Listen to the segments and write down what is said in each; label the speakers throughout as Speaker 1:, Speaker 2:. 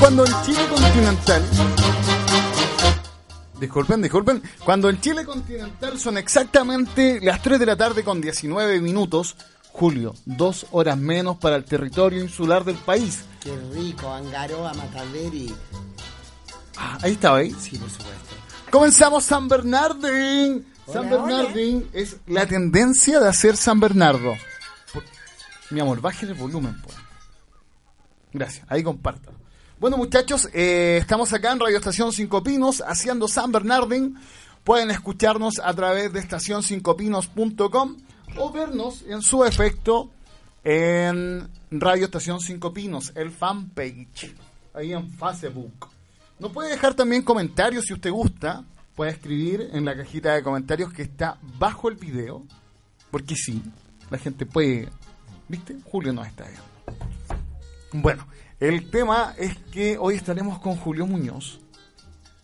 Speaker 1: cuando en Chile continental. Disculpen, disculpen. Cuando en Chile continental son exactamente las 3 de la tarde con 19 minutos, julio, dos horas menos para el territorio insular del país.
Speaker 2: Qué rico, Angaroa, Mataveri.
Speaker 1: Ah, ahí estaba ahí.
Speaker 2: Sí, por supuesto.
Speaker 1: Comenzamos San Bernardín. San
Speaker 2: Hola,
Speaker 1: Bernardín es la tendencia de hacer San Bernardo. Por- Mi amor, baje el volumen, pues. Gracias, ahí compártalo. Bueno, muchachos, eh, estamos acá en Radio Estación Cinco Pinos haciendo San Bernardín. Pueden escucharnos a través de estacioncincopinos.com o vernos en su efecto en Radio Estación Cinco Pinos, el fanpage, ahí en Facebook. Nos puede dejar también comentarios si usted gusta. Puede escribir en la cajita de comentarios que está bajo el video. Porque sí, la gente puede... ¿Viste? Julio nos está viendo. Bueno, el tema es que hoy estaremos con Julio Muñoz.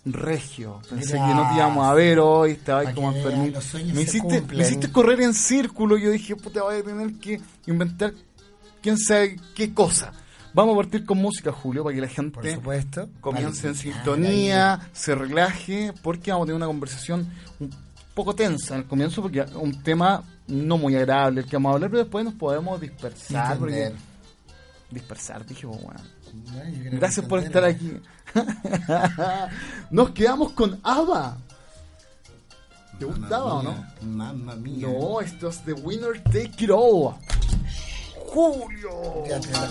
Speaker 1: Regio, pensé que no te íbamos a ver hoy, estaba ahí
Speaker 2: Pa' que
Speaker 1: como
Speaker 2: vean,
Speaker 1: enfermo.
Speaker 2: los sueños
Speaker 1: Me
Speaker 2: se
Speaker 1: hiciste,
Speaker 2: cumplen.
Speaker 1: me hiciste correr en círculo, yo dije, puta, voy a tener que inventar quién sabe qué cosa. Vamos a partir con música, Julio, para que la gente
Speaker 2: Por supuesto.
Speaker 1: comience en
Speaker 2: Vale.
Speaker 1: sintonía, se relaje, porque vamos a tener una conversación un poco tensa al comienzo, porque es un tema no muy agradable el que vamos a hablar, pero después nos podemos dispersar. Porque,
Speaker 2: Entender.
Speaker 1: dispersar, dije, pues, bueno.
Speaker 2: No, yo creo
Speaker 1: Gracias
Speaker 2: que
Speaker 1: por estar
Speaker 2: entender.
Speaker 1: aquí. nos quedamos con ABBA. ¿Te
Speaker 2: Mamma
Speaker 1: gustaba o no?
Speaker 2: mía, Mamma mía.
Speaker 1: No, esto es The Winner Take It All. Julio.
Speaker 2: Ya te la-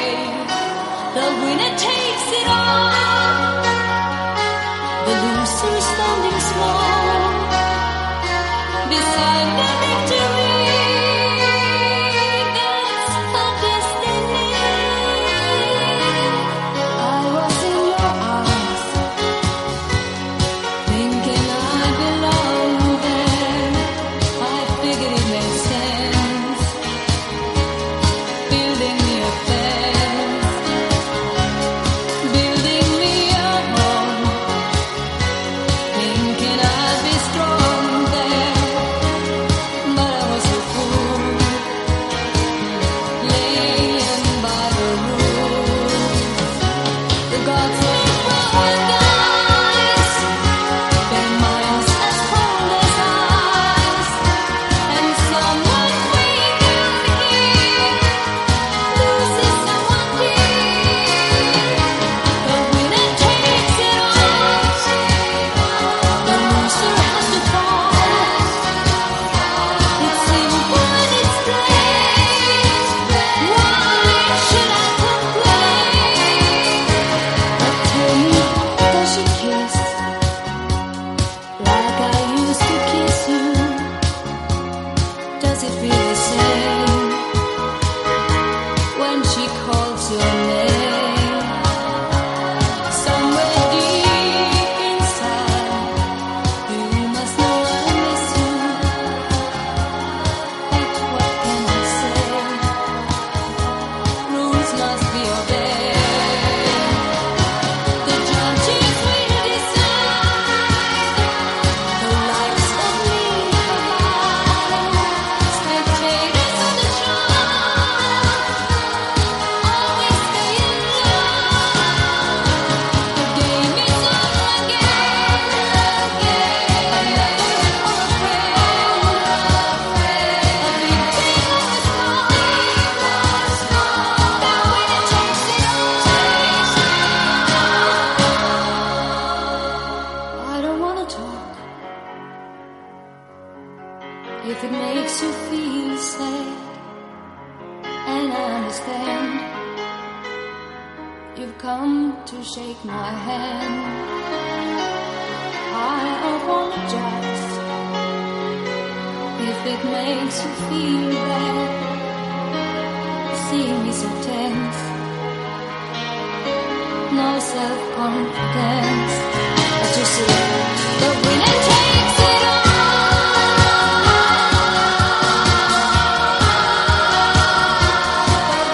Speaker 3: The winner takes it all. The loser is standing small beside the victory. That's the destiny. I was in your arms, thinking I belong there. I figured it made sense building me a fence, building to feel sad, and I understand. You've come to shake my hand. I apologize if it makes you feel bad. Seeing me so tense, no self confidence. But you see, the winner takes it all. The winner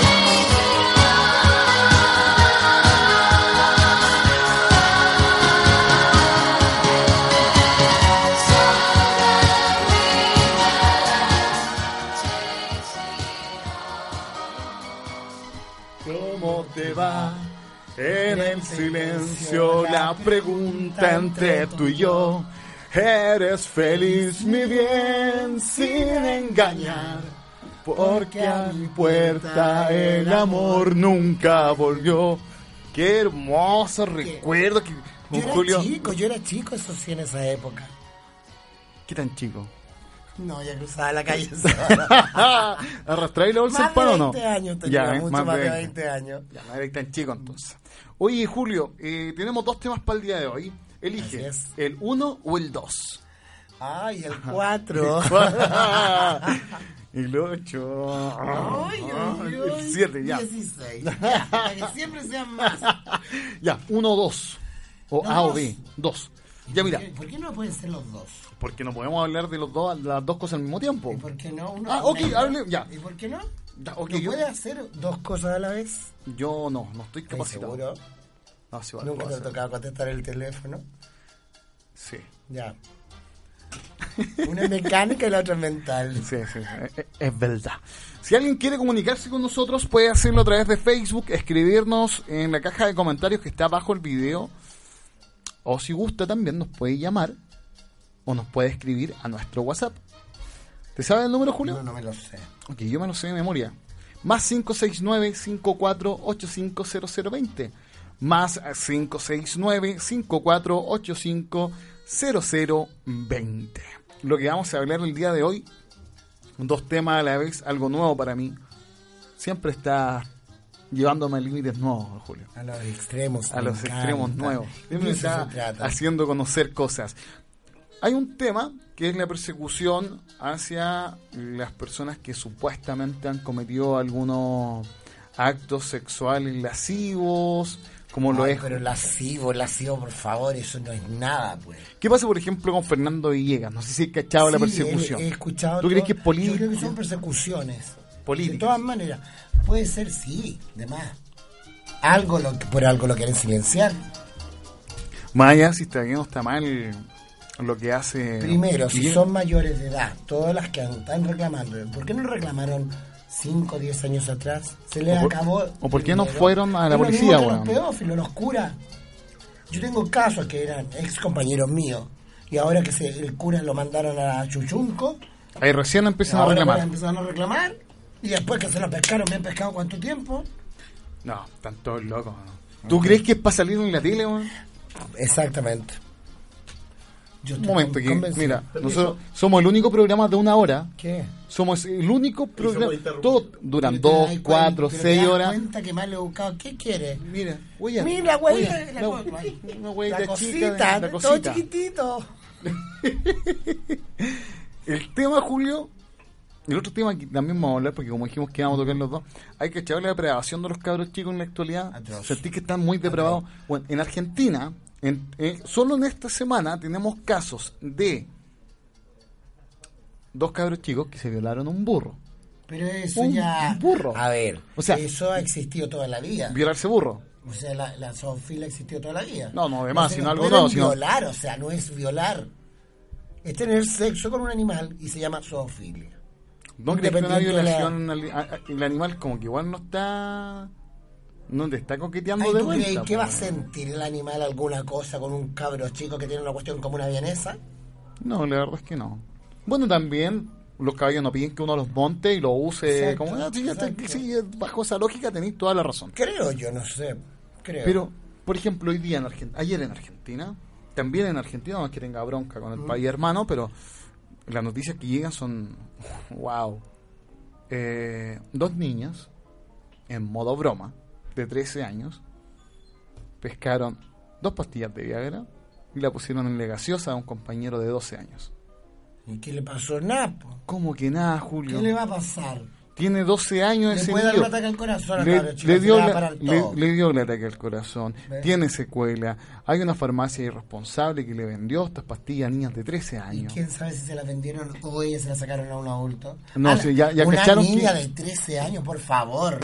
Speaker 3: takes it all.
Speaker 1: ¿Cómo te va? En el silencio la pregunta entre tú y yo. Eres feliz, mi bien, sin engañar. Porque a mi puerta el amor nunca volvió. Qué hermoso recuerdo que
Speaker 2: Yo
Speaker 1: con
Speaker 2: era
Speaker 1: Julio.
Speaker 2: chico, yo era chico, eso sí, en esa época.
Speaker 1: ¿Qué tan chico?
Speaker 2: No, ya cruzaba la calle sola.
Speaker 1: ¿Arrastráis la bolsa
Speaker 2: más
Speaker 1: en pan
Speaker 2: de
Speaker 1: o no?
Speaker 2: 20 años tenía,
Speaker 1: Ya, ¿eh?
Speaker 2: mucho
Speaker 1: Más de 20.
Speaker 2: 20 años.
Speaker 1: Ya, no eres tan chico entonces. Oye, Julio, eh, tenemos dos temas para el día de hoy. Elige,
Speaker 2: Así es.
Speaker 1: ¿el 1 o el 2?
Speaker 2: Ay, el 4.
Speaker 1: el 8.
Speaker 2: Ay, ay, ay.
Speaker 1: Ah, El 7, ya.
Speaker 2: 16. Ya, para que siempre sean más.
Speaker 1: Ya, 1 o 2. O
Speaker 2: No,
Speaker 1: A o
Speaker 2: dos.
Speaker 1: B, 2. Ya mira,
Speaker 2: ¿Por qué- ¿Por qué no pueden ser los dos?
Speaker 1: porque no podemos hablar de los dos, las dos cosas al mismo tiempo.
Speaker 2: ¿Y por qué no? Uno
Speaker 1: Ah,
Speaker 2: con
Speaker 1: ok,
Speaker 2: negro.
Speaker 1: hable- ya.
Speaker 2: ¿Y por qué no?
Speaker 1: Ya, ok,
Speaker 2: ¿No
Speaker 1: yo-
Speaker 2: puede hacer dos cosas a la vez?
Speaker 1: Yo no, no estoy
Speaker 2: ¿Estás
Speaker 1: capacitado.
Speaker 2: seguro?
Speaker 1: No, sí, vale,
Speaker 2: Nunca
Speaker 1: puedo
Speaker 2: te ha
Speaker 1: hacer.
Speaker 2: tocado contestar el teléfono.
Speaker 1: Sí,
Speaker 2: Ya. Una es mecánica y la otra es mental.
Speaker 1: Sí, sí, es, es verdad. Si alguien quiere comunicarse con nosotros, puede hacerlo a través de Facebook, escribirnos en la caja de comentarios que está abajo el video. O si gusta también nos puede llamar o nos puede escribir a nuestro WhatsApp. ¿Te sabes el número, Julio?
Speaker 2: No, no me lo sé.
Speaker 1: Ok, yo me lo sé de memoria. Más 569-54850020. Más 569-54850020. Lo que vamos a hablar el día de hoy, dos temas a la vez, algo nuevo para mí. Siempre está llevándome a límites nuevos, Julio.
Speaker 2: A los extremos.
Speaker 1: A
Speaker 2: me
Speaker 1: los
Speaker 2: encanta.
Speaker 1: extremos nuevos.
Speaker 2: De
Speaker 1: Siempre me
Speaker 2: eso
Speaker 1: está
Speaker 2: se trata.
Speaker 1: haciendo conocer cosas. Hay un tema que es la persecución hacia las personas que supuestamente han cometido algunos actos sexuales lascivos, como lo
Speaker 2: Ay,
Speaker 1: es.
Speaker 2: Pero lascivo, lascivo, por favor, eso no es nada, pues.
Speaker 1: ¿Qué pasa, por ejemplo, con Fernando Villegas? No sé si he cachado Ah, la
Speaker 2: Sí,
Speaker 1: persecución.
Speaker 2: He, he escuchado
Speaker 1: ¿Tú crees
Speaker 2: todo.
Speaker 1: que es político?
Speaker 2: Yo creo que son persecuciones.
Speaker 1: Políticas.
Speaker 2: De todas maneras. Puede ser, sí, de más. Algo lo, por algo lo quieren silenciar.
Speaker 1: Más allá si está bien o está mal lo que hace.
Speaker 2: Primero, si
Speaker 1: Villegas.
Speaker 2: son mayores de edad, todas las que están reclamando, ¿por qué no reclamaron 5 o 10 años atrás? Se les
Speaker 1: O por-
Speaker 2: acabó.
Speaker 1: o por qué no
Speaker 2: primero.
Speaker 1: fueron a la
Speaker 2: Es lo mismo
Speaker 1: policía,
Speaker 2: que
Speaker 1: weón.
Speaker 2: Los pedófilos, los curas. Yo tengo casos que eran ex compañeros míos y ahora que se- el cura lo mandaron a Chuchunco,
Speaker 1: Ahí recién empiezan a
Speaker 2: ahora
Speaker 1: reclamar.
Speaker 2: ahora empezaron a reclamar y después que se lo pescaron, me han pescado cuánto tiempo.
Speaker 1: No, están todos locos. ¿no? ¿Tú crees que es para salir en la tele, weón?
Speaker 2: Exactamente. Yo
Speaker 1: Un
Speaker 2: estoy
Speaker 1: momento, que,
Speaker 2: convencido.
Speaker 1: mira, nosotros somos el único programa de una hora.
Speaker 2: ¿Qué?
Speaker 1: Somos el único programa. Todos duran
Speaker 2: Pero te
Speaker 1: dos,
Speaker 2: das cuen-
Speaker 1: cuatro,
Speaker 2: pero te
Speaker 1: seis
Speaker 2: das
Speaker 1: horas.
Speaker 2: cuenta que mal educado, ¿qué quiere?
Speaker 1: Mira, huella.
Speaker 2: Mira, güey,
Speaker 1: Huella,
Speaker 2: la,
Speaker 1: la-
Speaker 2: co-
Speaker 1: una huella
Speaker 2: la
Speaker 1: chica, de-
Speaker 2: cosita,
Speaker 1: la
Speaker 2: todo
Speaker 1: cosita.
Speaker 2: chiquitito.
Speaker 1: El tema, Julio. El otro tema que también vamos a hablar, porque como dijimos que íbamos a tocar los dos, hay que echarle la depravación de los cabros chicos en la actualidad.
Speaker 2: Atroz.
Speaker 1: Sentí que están muy depravados. Bueno, en Argentina, en- eh, solo en esta semana tenemos casos de dos cabros chicos que se violaron a un burro.
Speaker 2: Pero eso
Speaker 1: Un
Speaker 2: ya.
Speaker 1: burro.
Speaker 2: A ver,
Speaker 1: O sea-
Speaker 2: eso ha existido toda la vida.
Speaker 1: Violarse burro.
Speaker 2: O sea, la, la zoofilia ha existido toda la vida.
Speaker 1: No, no, además,
Speaker 2: se
Speaker 1: sino
Speaker 2: le
Speaker 1: algo
Speaker 2: pueden
Speaker 1: no, sino-
Speaker 2: violar, o sea, no es violar. Es tener sexo con un animal y se llama zoofilia.
Speaker 1: ¿No crees que una
Speaker 2: Independiente de la-
Speaker 1: violación al- a- a- el animal como que igual no está no te está coqueteando
Speaker 2: Ay,
Speaker 1: de
Speaker 2: ¿tú
Speaker 1: vuelta? pues.
Speaker 2: crees
Speaker 1: po,
Speaker 2: que va a
Speaker 1: weón?
Speaker 2: sentir el animal alguna cosa con un cabro chico que tiene una cuestión como una vienesa?
Speaker 1: No, la verdad es que no. Bueno, también los caballos no piden que uno los monte y los use
Speaker 2: Exacto,
Speaker 1: como ah, sí, ya está-
Speaker 2: exacto.
Speaker 1: sí, bajo esa lógica tenéis toda la razón.
Speaker 2: Creo yo, no sé. Creo.
Speaker 1: Pero, por ejemplo, hoy día en
Speaker 2: Mm.
Speaker 1: Argentina, ayer en Argentina, también en Argentina, no es que tenga bronca con el país hermano, pero las noticias que llegan son, wow, Eh, dos niñas, en modo broma, de 13 años, pescaron dos pastillas de Viagra y la pusieron en la gaseosa a un compañero de 12 años.
Speaker 2: ¿Y qué le pasó? Nada, po.
Speaker 1: ¿Cómo que nada,
Speaker 2: ¿Qué
Speaker 1: Julio?
Speaker 2: le va a pasar?
Speaker 1: Tiene 12 años
Speaker 2: Le
Speaker 1: ese
Speaker 2: puede dar
Speaker 1: niño.
Speaker 2: un ataque al corazón al
Speaker 1: Le,
Speaker 2: cabrón chico,
Speaker 1: le
Speaker 2: se
Speaker 1: dio
Speaker 2: le va a
Speaker 1: la,
Speaker 2: parar
Speaker 1: le,
Speaker 2: todo.
Speaker 1: le dio el ataque al corazón,
Speaker 2: ¿Ve?
Speaker 1: tiene secuela, hay una farmacia irresponsable que le vendió estas pastillas a niñas de 13
Speaker 2: ¿Y
Speaker 1: años.
Speaker 2: quién sabe si se la vendieron o ella se la sacaron a un adulto?
Speaker 1: No,
Speaker 2: A la-
Speaker 1: sí, ya- ya
Speaker 2: una
Speaker 1: cacharon
Speaker 2: niña
Speaker 1: que-
Speaker 2: de 13 años, por favor.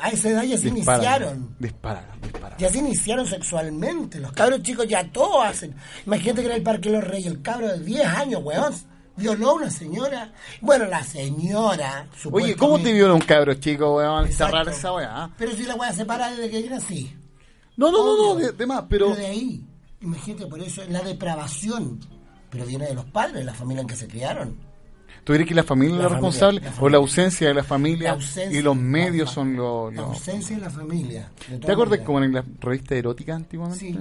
Speaker 2: A esa edad ya se iniciaron.
Speaker 1: dispara, dispara.
Speaker 2: Ya se iniciaron sexualmente. Los cabros chicos ya todo hacen. Imagínate que era el Parque de los Reyes, el cabro de 10 años, weón. Violó a una señora. Bueno, la señora.
Speaker 1: Oye, ¿cómo te
Speaker 2: supuestamente-
Speaker 1: viola un cabro chico, weón? Está
Speaker 2: Exacto.
Speaker 1: rara esa weá. ¿ah?
Speaker 2: Pero si la weá se para desde que yo nací.
Speaker 1: No, no, no, no,
Speaker 2: Obvio.
Speaker 1: de, de más, pero
Speaker 2: de ahí, imagínate, por eso es la depravación. Pero viene de los padres, de la familia en que se criaron.
Speaker 1: ¿tú crees que la familia es
Speaker 2: La
Speaker 1: la
Speaker 2: familia,
Speaker 1: responsable
Speaker 2: la
Speaker 1: o la
Speaker 2: familia.
Speaker 1: ausencia de la familia
Speaker 2: La ausencia-
Speaker 1: y los medios
Speaker 2: la-
Speaker 1: son los...
Speaker 2: La ausencia de la familia. de todas
Speaker 1: ¿Te acuerdas
Speaker 2: maneras.
Speaker 1: como en la revista erótica antiguamente?
Speaker 2: Sí.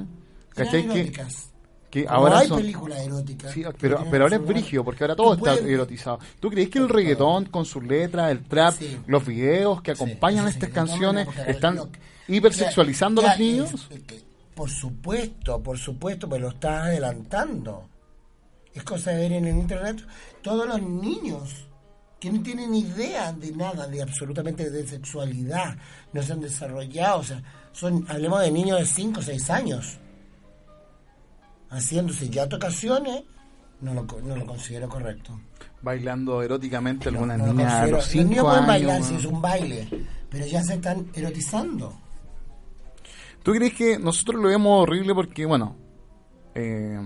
Speaker 1: ¿Cachai
Speaker 2: Eran
Speaker 1: que-
Speaker 2: eróticas.
Speaker 1: Que
Speaker 2: Como
Speaker 1: ahora
Speaker 2: hay
Speaker 1: son...
Speaker 2: películas eróticas.
Speaker 1: Sí, ah,
Speaker 2: que
Speaker 1: pero,
Speaker 2: tienen
Speaker 1: pero ahora
Speaker 2: su
Speaker 1: es
Speaker 2: lugar.
Speaker 1: brigio, porque ahora
Speaker 2: Tú
Speaker 1: todo está
Speaker 2: puedes-
Speaker 1: erotizado. ¿Tú crees que el reggaetón, con sus letras, el trap,
Speaker 2: Sí.
Speaker 1: los videos que acompañan
Speaker 2: Sí,
Speaker 1: a
Speaker 2: sí,
Speaker 1: estas
Speaker 2: sí,
Speaker 1: canciones,
Speaker 2: estamos en la época
Speaker 1: están
Speaker 2: del rock.
Speaker 1: hipersexualizando
Speaker 2: Ya,
Speaker 1: a los niños?
Speaker 2: es- es que, por supuesto, por supuesto, pero lo estás adelantando. Es cosa de ver en el internet todos los niños que no tienen idea de nada, de absolutamente de sexualidad, no se han desarrollado, o sea, son, hablemos de niños de 5 o 6 años, haciéndose ya tocaciones, no lo, co- no lo considero correcto.
Speaker 1: Bailando eróticamente
Speaker 2: No,
Speaker 1: algunas
Speaker 2: no lo
Speaker 1: niñas a
Speaker 2: considero.
Speaker 1: los
Speaker 2: Los niños
Speaker 1: cinco
Speaker 2: pueden
Speaker 1: años.
Speaker 2: bailar si
Speaker 1: weón.
Speaker 2: es un baile, pero ya se están erotizando.
Speaker 1: ¿Tú crees que nosotros lo vemos horrible porque, bueno, eh,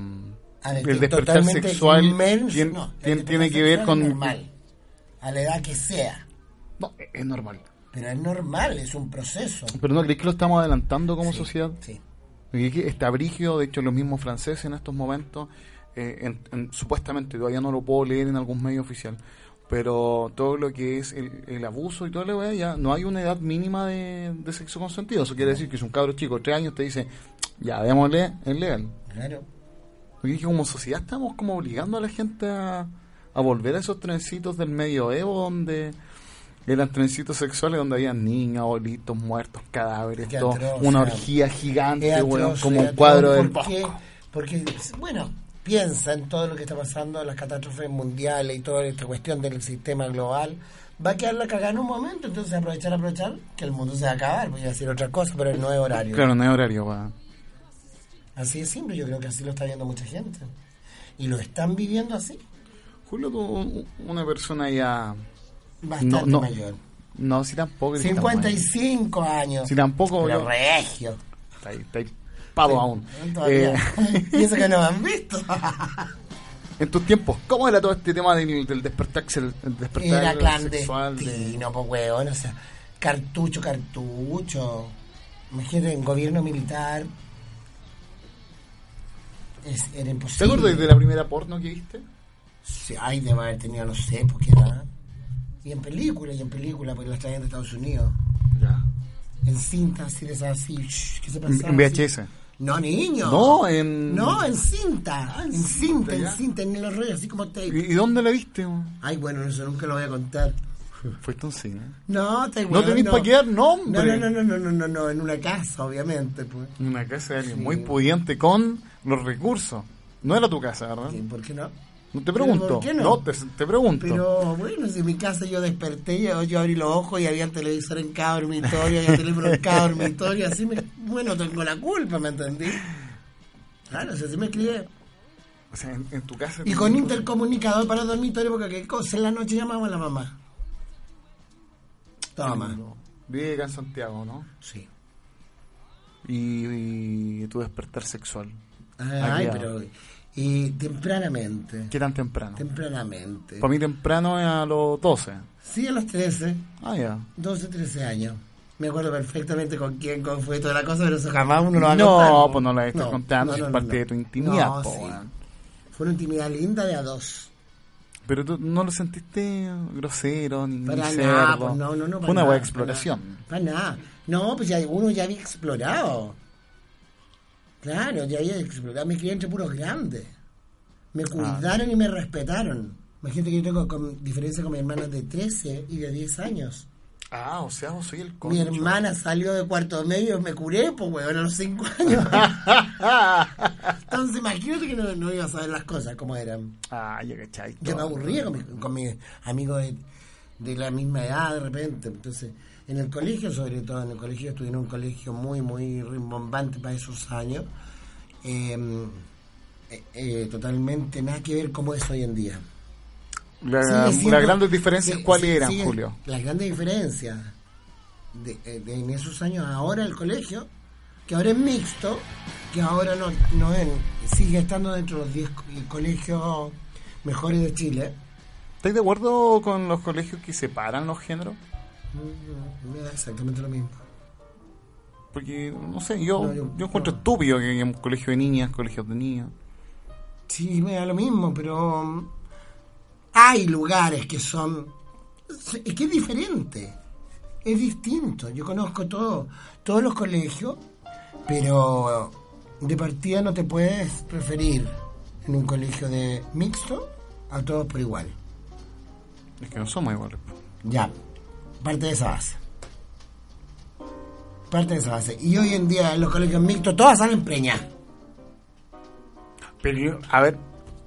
Speaker 2: A ver,
Speaker 1: el
Speaker 2: que
Speaker 1: despertar
Speaker 2: totalmente
Speaker 1: sexual
Speaker 2: inmenso-
Speaker 1: tien-
Speaker 2: no, el
Speaker 1: tien-
Speaker 2: despertar
Speaker 1: tiene que ver
Speaker 2: sexual
Speaker 1: con...
Speaker 2: Es normal, a la edad que sea,
Speaker 1: No, es normal.
Speaker 2: pero es normal, es un proceso.
Speaker 1: Pero no crees que lo estamos adelantando como sociedad?
Speaker 2: Sí.
Speaker 1: Y que está brígido, de hecho los mismos franceses en estos momentos, eh, en- en- supuestamente, todavía no lo puedo leer en algún medio oficial, pero todo lo que es el, el abuso y toda la weá, ya no hay una edad mínima de, de sexo consentido. Eso quiere decir que si un cabro chico de tres años te dice, ya, démosle, es legal.
Speaker 2: Claro.
Speaker 1: Porque es que como sociedad estamos como obligando a la gente a, a volver a esos trencitos del medioevo donde eran trencitos sexuales donde había niños, abuelitos, muertos, cadáveres,
Speaker 2: Qué
Speaker 1: todo,
Speaker 2: atroz,
Speaker 1: una
Speaker 2: o sea,
Speaker 1: orgía gigante,
Speaker 2: Es
Speaker 1: weón,
Speaker 2: atroz,
Speaker 1: como
Speaker 2: es
Speaker 1: un
Speaker 2: atroz,
Speaker 1: cuadro del
Speaker 2: porque,
Speaker 1: Bosco.
Speaker 2: porque, bueno, piensa en todo lo que está pasando, las catástrofes mundiales y toda esta cuestión del sistema global. Va a quedar la cagada en un momento, entonces aprovechar, aprovechar, que el mundo se va a acabar. Voy a decir otra cosa, pero no es horario.
Speaker 1: Claro, no hay horario, weón.
Speaker 2: Así es simple, yo creo que así lo está viendo mucha gente. Y lo están viviendo así,
Speaker 1: Julio, tú, un- una persona ya...
Speaker 2: bastante
Speaker 1: No, no,
Speaker 2: mayor.
Speaker 1: no, si tampoco... si tampoco-
Speaker 2: 55 años.
Speaker 1: Si tampoco...
Speaker 2: Pero
Speaker 1: yo-
Speaker 2: regio.
Speaker 1: está ahí, está ahí, pavo aún.
Speaker 2: Todavía.
Speaker 1: Eh,
Speaker 2: y eso que no han visto.
Speaker 1: en tus tiempos, ¿cómo era todo este tema del, del despertar, sexual- el despertar
Speaker 2: Era
Speaker 1: sexual? de-
Speaker 2: clandestino, pues weón, o sea, cartucho, cartucho. Imagínate, en gobierno militar. Es, era
Speaker 1: ¿Te
Speaker 2: imposible.
Speaker 1: acuerdas de la primera porno que viste?
Speaker 2: Sí, ay, debe haber tenido, no sé, porque era. Y en película, y en película, porque las traían de Estados Unidos.
Speaker 1: Ya.
Speaker 2: En cinta, así de esas, así, shh, que se
Speaker 1: En,
Speaker 2: pasaba.
Speaker 1: en
Speaker 2: así.
Speaker 1: VHS.
Speaker 2: No, niño.
Speaker 1: No, en- Ah,
Speaker 2: No, en cinta. en cinta,
Speaker 1: cinta,
Speaker 2: en
Speaker 1: ya.
Speaker 2: cinta, en los rollos, así como
Speaker 1: ¿Y,
Speaker 2: tape.
Speaker 1: y dónde la viste?
Speaker 2: Ay, bueno, eso nunca lo voy a contar.
Speaker 1: Fuiste a un cine.
Speaker 2: No, te
Speaker 1: No tenés pa' qué dar nombre.
Speaker 2: No, no, no, no, no, no, no, en una casa, obviamente, pues.
Speaker 1: En una casa de alguien
Speaker 2: Sí.
Speaker 1: muy pudiente con los recursos. No era tu casa, ¿verdad?
Speaker 2: ¿Y ¿Por qué no?
Speaker 1: No te pregunto.
Speaker 2: ¿Pero por qué no?
Speaker 1: te, te pregunto.
Speaker 2: Pero bueno, si en mi casa yo desperté, yo, yo abrí los ojos y había televisor en cada dormitorio, había teléfono en cada dormitorio, así me, bueno, tengo la culpa, ¿me entendí? Claro, o sea, así me crié.
Speaker 1: O sea, en, en tu casa.
Speaker 2: Y con intercomunicador para el dormitorio, porque qué cosa, en la noche llamaba a la mamá. Toma.
Speaker 1: Vive acá en Santiago, ¿no?
Speaker 2: Sí.
Speaker 1: Y, y tu despertar sexual.
Speaker 2: Ay,
Speaker 1: Aquí,
Speaker 2: pero... Y tempranamente.
Speaker 1: ¿Qué tan temprano?
Speaker 2: Tempranamente.
Speaker 1: Para mí temprano es a los 12.
Speaker 2: Sí, a los 13,
Speaker 1: Ah, ya.
Speaker 2: 12, 13 años. Me acuerdo perfectamente con quién, cómo fue toda la cosa, pero eso jamás uno lo va a
Speaker 1: No,
Speaker 2: contar.
Speaker 1: pues no la estás contando, es parte de tu intimidad,
Speaker 2: No,
Speaker 1: po,
Speaker 2: sí.
Speaker 1: weón.
Speaker 2: Fue una intimidad linda de a dos.
Speaker 1: Pero tú no lo sentiste grosero ni,
Speaker 2: Para
Speaker 1: ni
Speaker 2: nada,
Speaker 1: cerdo.
Speaker 2: pues no, no,
Speaker 1: Fue
Speaker 2: no. para
Speaker 1: una
Speaker 2: nada,
Speaker 1: buena
Speaker 2: para
Speaker 1: exploración.
Speaker 2: nada, Para nada. No, pues ya uno ya había explorado. Claro, ya había explorado. Me crié entre puros grandes. Me cuidaron y me respetaron. Imagínate que yo tengo con- diferencia con mi hermana de 13 y de 10 años.
Speaker 1: Ah, o sea, vos soy el
Speaker 2: Mi
Speaker 1: concho.
Speaker 2: hermana salió de cuarto medio, me curé, pues, weón, a los 5 años. Entonces, imagínate que no, no iba a saber las cosas como eran.
Speaker 1: ah, ya cachai.
Speaker 2: Yo
Speaker 1: todo.
Speaker 2: me aburría con, mi- con mis amigos de, de la misma edad de repente. Entonces, en el colegio, sobre todo, en el colegio, estuve en un colegio muy, muy rimbombante para esos años. Eh, eh, eh, totalmente nada que ver como es hoy en día.
Speaker 1: La-
Speaker 2: Sigue siendo-
Speaker 1: Ah, las grandes diferencias,
Speaker 2: sí,
Speaker 1: ¿cuáles
Speaker 2: sí,
Speaker 1: eran,
Speaker 2: siguen-
Speaker 1: Julio?
Speaker 2: Las grandes diferencias de, eh, de en esos años ahora el colegio, que ahora es mixto, que ahora no, no es, sigue estando dentro de los 10 co- colegios mejores de Chile.
Speaker 1: ¿Estáis de acuerdo con los colegios que separan los géneros?
Speaker 2: Mm, Me da exactamente lo mismo.
Speaker 1: Porque, no sé, yo,
Speaker 2: No, yo-
Speaker 1: yo, encuentro
Speaker 2: no.
Speaker 1: estúpido que haya un colegio de niñas, colegios de niños.
Speaker 2: Sí, me da lo mismo, pero mm, hay lugares que son... Es que es diferente, es distinto. Yo conozco todo, todos los colegios, pero de partida no te puedes preferir en un colegio de mixto a todos por igual.
Speaker 1: Es que no somos iguales. pues. po.
Speaker 2: Ya, parte de esa base. Parte de esa base. Y hoy en día en los colegios mixtos todas salen preñadas.
Speaker 1: Pero yo- a ver,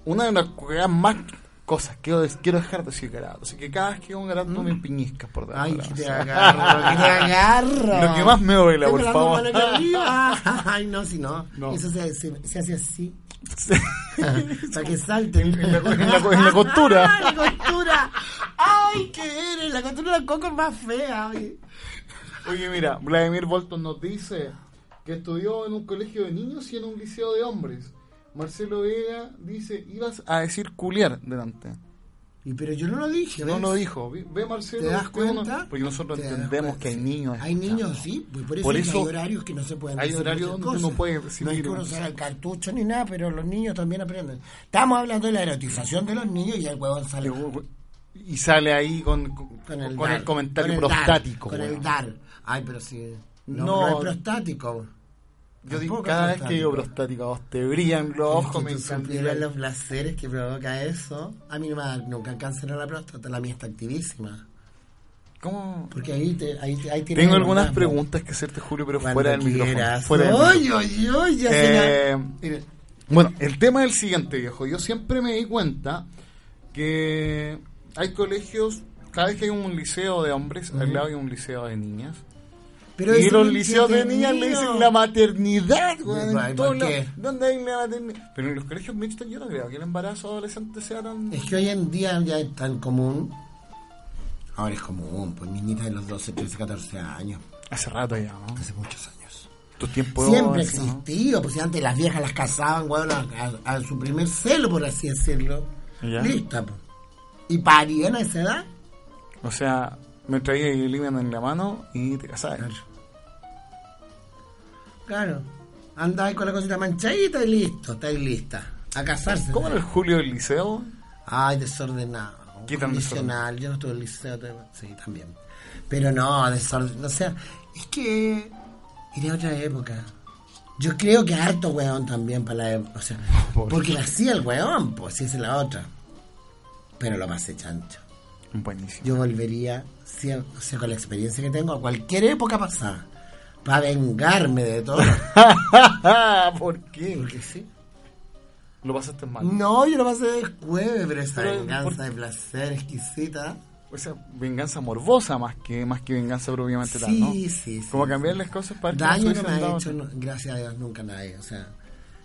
Speaker 1: una de las cosas más cosas que quiero, quiero dejar de decir garabato. Así que cada vez que digo un garabato me piñiscas por dar.
Speaker 2: Mm. Ay, que te agarro, que te agarro.
Speaker 1: Lo que más me duela, por
Speaker 2: Tengo la
Speaker 1: favor.
Speaker 2: mano acá arriba. Ay, no, si no.
Speaker 1: No.
Speaker 2: Eso se, se- se hace así. Para que salten.
Speaker 1: En la- en la- en la costura.
Speaker 2: Ah, la costura. Ay, qué eres. La costura de la coco es más fea. ay.
Speaker 1: Oye, mira, Vladimir Bolton nos dice que estudió en un colegio de niños y en un liceo de hombres. Marcelo Vega dice, ibas a decir culiar delante.
Speaker 2: Y pero yo no lo dije.
Speaker 1: No
Speaker 2: ¿ves?
Speaker 1: lo dijo. Vi- Ve, Marcelo.
Speaker 2: ¿Te das
Speaker 1: que uno-
Speaker 2: cuenta?
Speaker 1: porque nosotros
Speaker 2: Te das
Speaker 1: entendemos
Speaker 2: cuenta,
Speaker 1: que hay
Speaker 2: sí.
Speaker 1: niños.
Speaker 2: Hay
Speaker 1: escuchando.
Speaker 2: niños, sí. pues, Por eso,
Speaker 1: Por
Speaker 2: es que
Speaker 1: eso
Speaker 2: hay horarios que no se pueden
Speaker 1: hay
Speaker 2: decir
Speaker 1: horarios
Speaker 2: muchas
Speaker 1: donde uno
Speaker 2: cosas.
Speaker 1: puede
Speaker 2: No
Speaker 1: recibir
Speaker 2: es que uno
Speaker 1: un-
Speaker 2: sea el cartucho ni nada, pero los niños también aprenden. Estamos hablando de la erotización de los niños y el huevón sale
Speaker 1: Y sale ahí con, con,
Speaker 2: con el,
Speaker 1: con
Speaker 2: dar,
Speaker 1: el comentario
Speaker 2: con el dar,
Speaker 1: prostático.
Speaker 2: con
Speaker 1: weón.
Speaker 2: el dar. Ay, pero sí. No,
Speaker 1: No.
Speaker 2: no es prostático.
Speaker 1: Yo digo,
Speaker 2: Tampoco
Speaker 1: cada
Speaker 2: es
Speaker 1: vez que digo
Speaker 2: prostático.
Speaker 1: prostático, a vos te brillan los ojos, me
Speaker 2: Si tú
Speaker 1: encanta.
Speaker 2: supieras los placeres que provoca eso. A mí no me da nunca cáncer en la próstata, la mía está activísima.
Speaker 1: ¿Cómo?
Speaker 2: Porque ahí te, ahí te- ahí tienes
Speaker 1: Tengo algunas
Speaker 2: orgasmo.
Speaker 1: preguntas que hacerte, Julio, pero
Speaker 2: Cuando
Speaker 1: fuera del micrófono.
Speaker 2: quieras.
Speaker 1: Fuera del
Speaker 2: Oy, oy, oy, ya será.
Speaker 1: Eh, Bueno, el tema es el siguiente, viejo. Yo siempre me di cuenta que hay colegios, cada vez que hay un liceo de hombres, al lado hay un liceo de niñas.
Speaker 2: Pero
Speaker 1: y
Speaker 2: eso
Speaker 1: los
Speaker 2: no
Speaker 1: liceos de
Speaker 2: entretenido.
Speaker 1: niñas le dicen la maternidad, weón, en
Speaker 2: Ay,
Speaker 1: todos
Speaker 2: ¿por qué?
Speaker 1: lados. ¿Dónde hay la maternidad? Pero en los colegios mixtos yo no creo que el embarazo adolescente sea tan...
Speaker 2: Es que hoy en día ya es tan común. Ahora es común, pues niñitas de los 12, 13, 14 años.
Speaker 1: Hace rato ya, ¿no?
Speaker 2: Hace muchos años.
Speaker 1: Tu tiempo...
Speaker 2: Siempre ha
Speaker 1: así, ¿no?
Speaker 2: existido, pues si antes las viejas las casaban, weón, a, a- a su primer celo, por así decirlo.
Speaker 1: Ya.
Speaker 2: Lista, pues. Y parían a esa edad.
Speaker 1: O sea, me traía el límite en la mano y te casabas.
Speaker 2: Claro. Andaba ahí con la cosita manchadita y listo, está ahí lista. A casarse.
Speaker 1: ¿Cómo era el Julio del liceo?
Speaker 2: Ay, desordenado.
Speaker 1: ¿Qué tan
Speaker 2: Condicional. Yo no estuve en el liceo. tuve- Sí, también. Pero no, desordenado. O sea, es que era otra época. Yo creo que harto weón también para la época. O sea,
Speaker 1: Pobre.
Speaker 2: porque lo hacía el weón, pues si es la otra. Pero lo pasé chancho.
Speaker 1: Buenísimo.
Speaker 2: Yo volvería, sí, o sea, con la experiencia que tengo, a cualquier época pasada. Para vengarme de todo.
Speaker 1: ¿Por qué?
Speaker 2: Porque sí.
Speaker 1: Lo pasaste mal.
Speaker 2: No, yo lo pasé de cueve, pero esa
Speaker 1: Pero,
Speaker 2: venganza
Speaker 1: ¿por-
Speaker 2: de placer exquisita.
Speaker 1: O sea, venganza morbosa más que más que venganza propiamente tal,
Speaker 2: Sí,
Speaker 1: ¿no?
Speaker 2: sí, sí.
Speaker 1: Como cambiar las cosas para que no
Speaker 2: Daño
Speaker 1: se
Speaker 2: no me
Speaker 1: hubiesen
Speaker 2: ha
Speaker 1: dado-
Speaker 2: hecho, no, gracias a Dios, nunca nadie. O sea,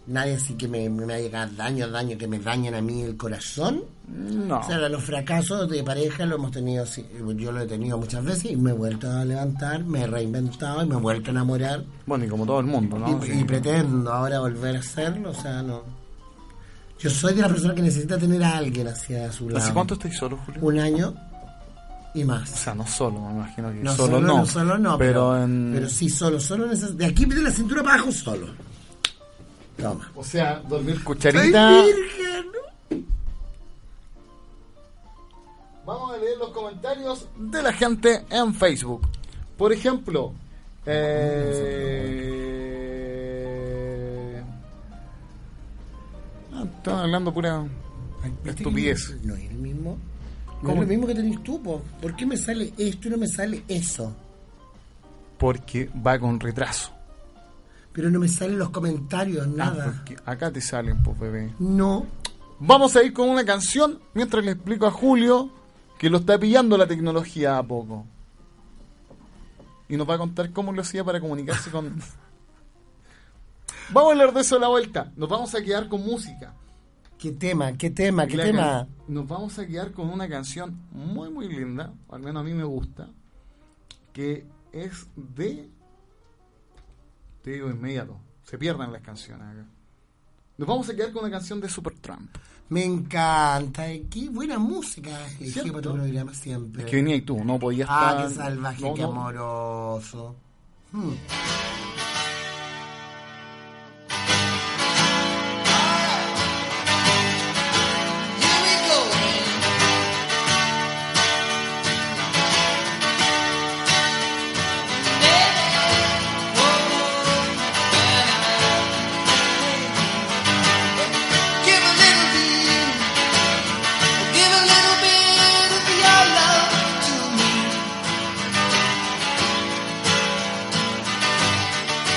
Speaker 2: nadie así que me, me ha llegado daño, daño, que me dañen a mí el corazón.
Speaker 1: No.
Speaker 2: O sea, los fracasos de pareja lo hemos tenido, sí, yo lo he tenido muchas veces y me he vuelto a levantar, me he reinventado y me he vuelto a enamorar.
Speaker 1: Bueno, y como todo el mundo, ¿no?
Speaker 2: y,
Speaker 1: Sí.
Speaker 2: y pretendo ahora volver a hacerlo, o sea, no. Yo soy de la persona que necesita tener a alguien hacia su lado.
Speaker 1: ¿Hace cuánto estáis solo, Julio?
Speaker 2: Un año y
Speaker 1: O
Speaker 2: más.
Speaker 1: sea, no solo, me imagino que
Speaker 2: No
Speaker 1: Eh, solo, no.
Speaker 2: solo no,
Speaker 1: pero,
Speaker 2: pero,
Speaker 1: en...
Speaker 2: pero sí, solo, solo en esas- De aquí de la cintura para abajo, solo. Toma.
Speaker 1: O sea, dormir
Speaker 2: ¡Soy
Speaker 1: cucharita.
Speaker 2: virgen!
Speaker 1: Vamos a leer los comentarios de la gente en Facebook. Por ejemplo, eh... ah, Estaban hablando pura estupidez.
Speaker 2: No es el mismo. No es lo mismo que tenés tú, po. ¿Por qué me sale esto y no me sale eso?
Speaker 1: Porque va con retraso.
Speaker 2: Pero no me salen los comentarios,
Speaker 1: Ah,
Speaker 2: nada.
Speaker 1: porque acá te salen, pues bebé.
Speaker 2: No.
Speaker 1: Vamos a ir con una canción mientras le explico a Julio que lo está pillando la tecnología a poco. Y nos va a contar cómo lo hacía para comunicarse con... Vamos a hablar de eso a la vuelta. Nos vamos a quedar con música.
Speaker 2: ¿Qué tema? ¿Qué tema?
Speaker 1: Y
Speaker 2: ¿Qué
Speaker 1: la
Speaker 2: tema?
Speaker 1: can- Nos vamos a quedar con una canción muy, muy linda, o al menos a mí me gusta, que es de... Te digo inmediato, se pierdan las canciones acá. Nos vamos a quedar con una canción de Supertramp.
Speaker 2: Me encanta. eh, Qué buena música has elegido
Speaker 1: ¿Cierto?
Speaker 2: para tu programa siempre.
Speaker 1: Es que venía y tú, no podías
Speaker 2: ah,
Speaker 1: estar-
Speaker 2: qué salvaje,
Speaker 1: no,
Speaker 2: qué
Speaker 1: no.
Speaker 2: amoroso. Hmm.
Speaker 4: Give a little bit, give a little bit of your love to me.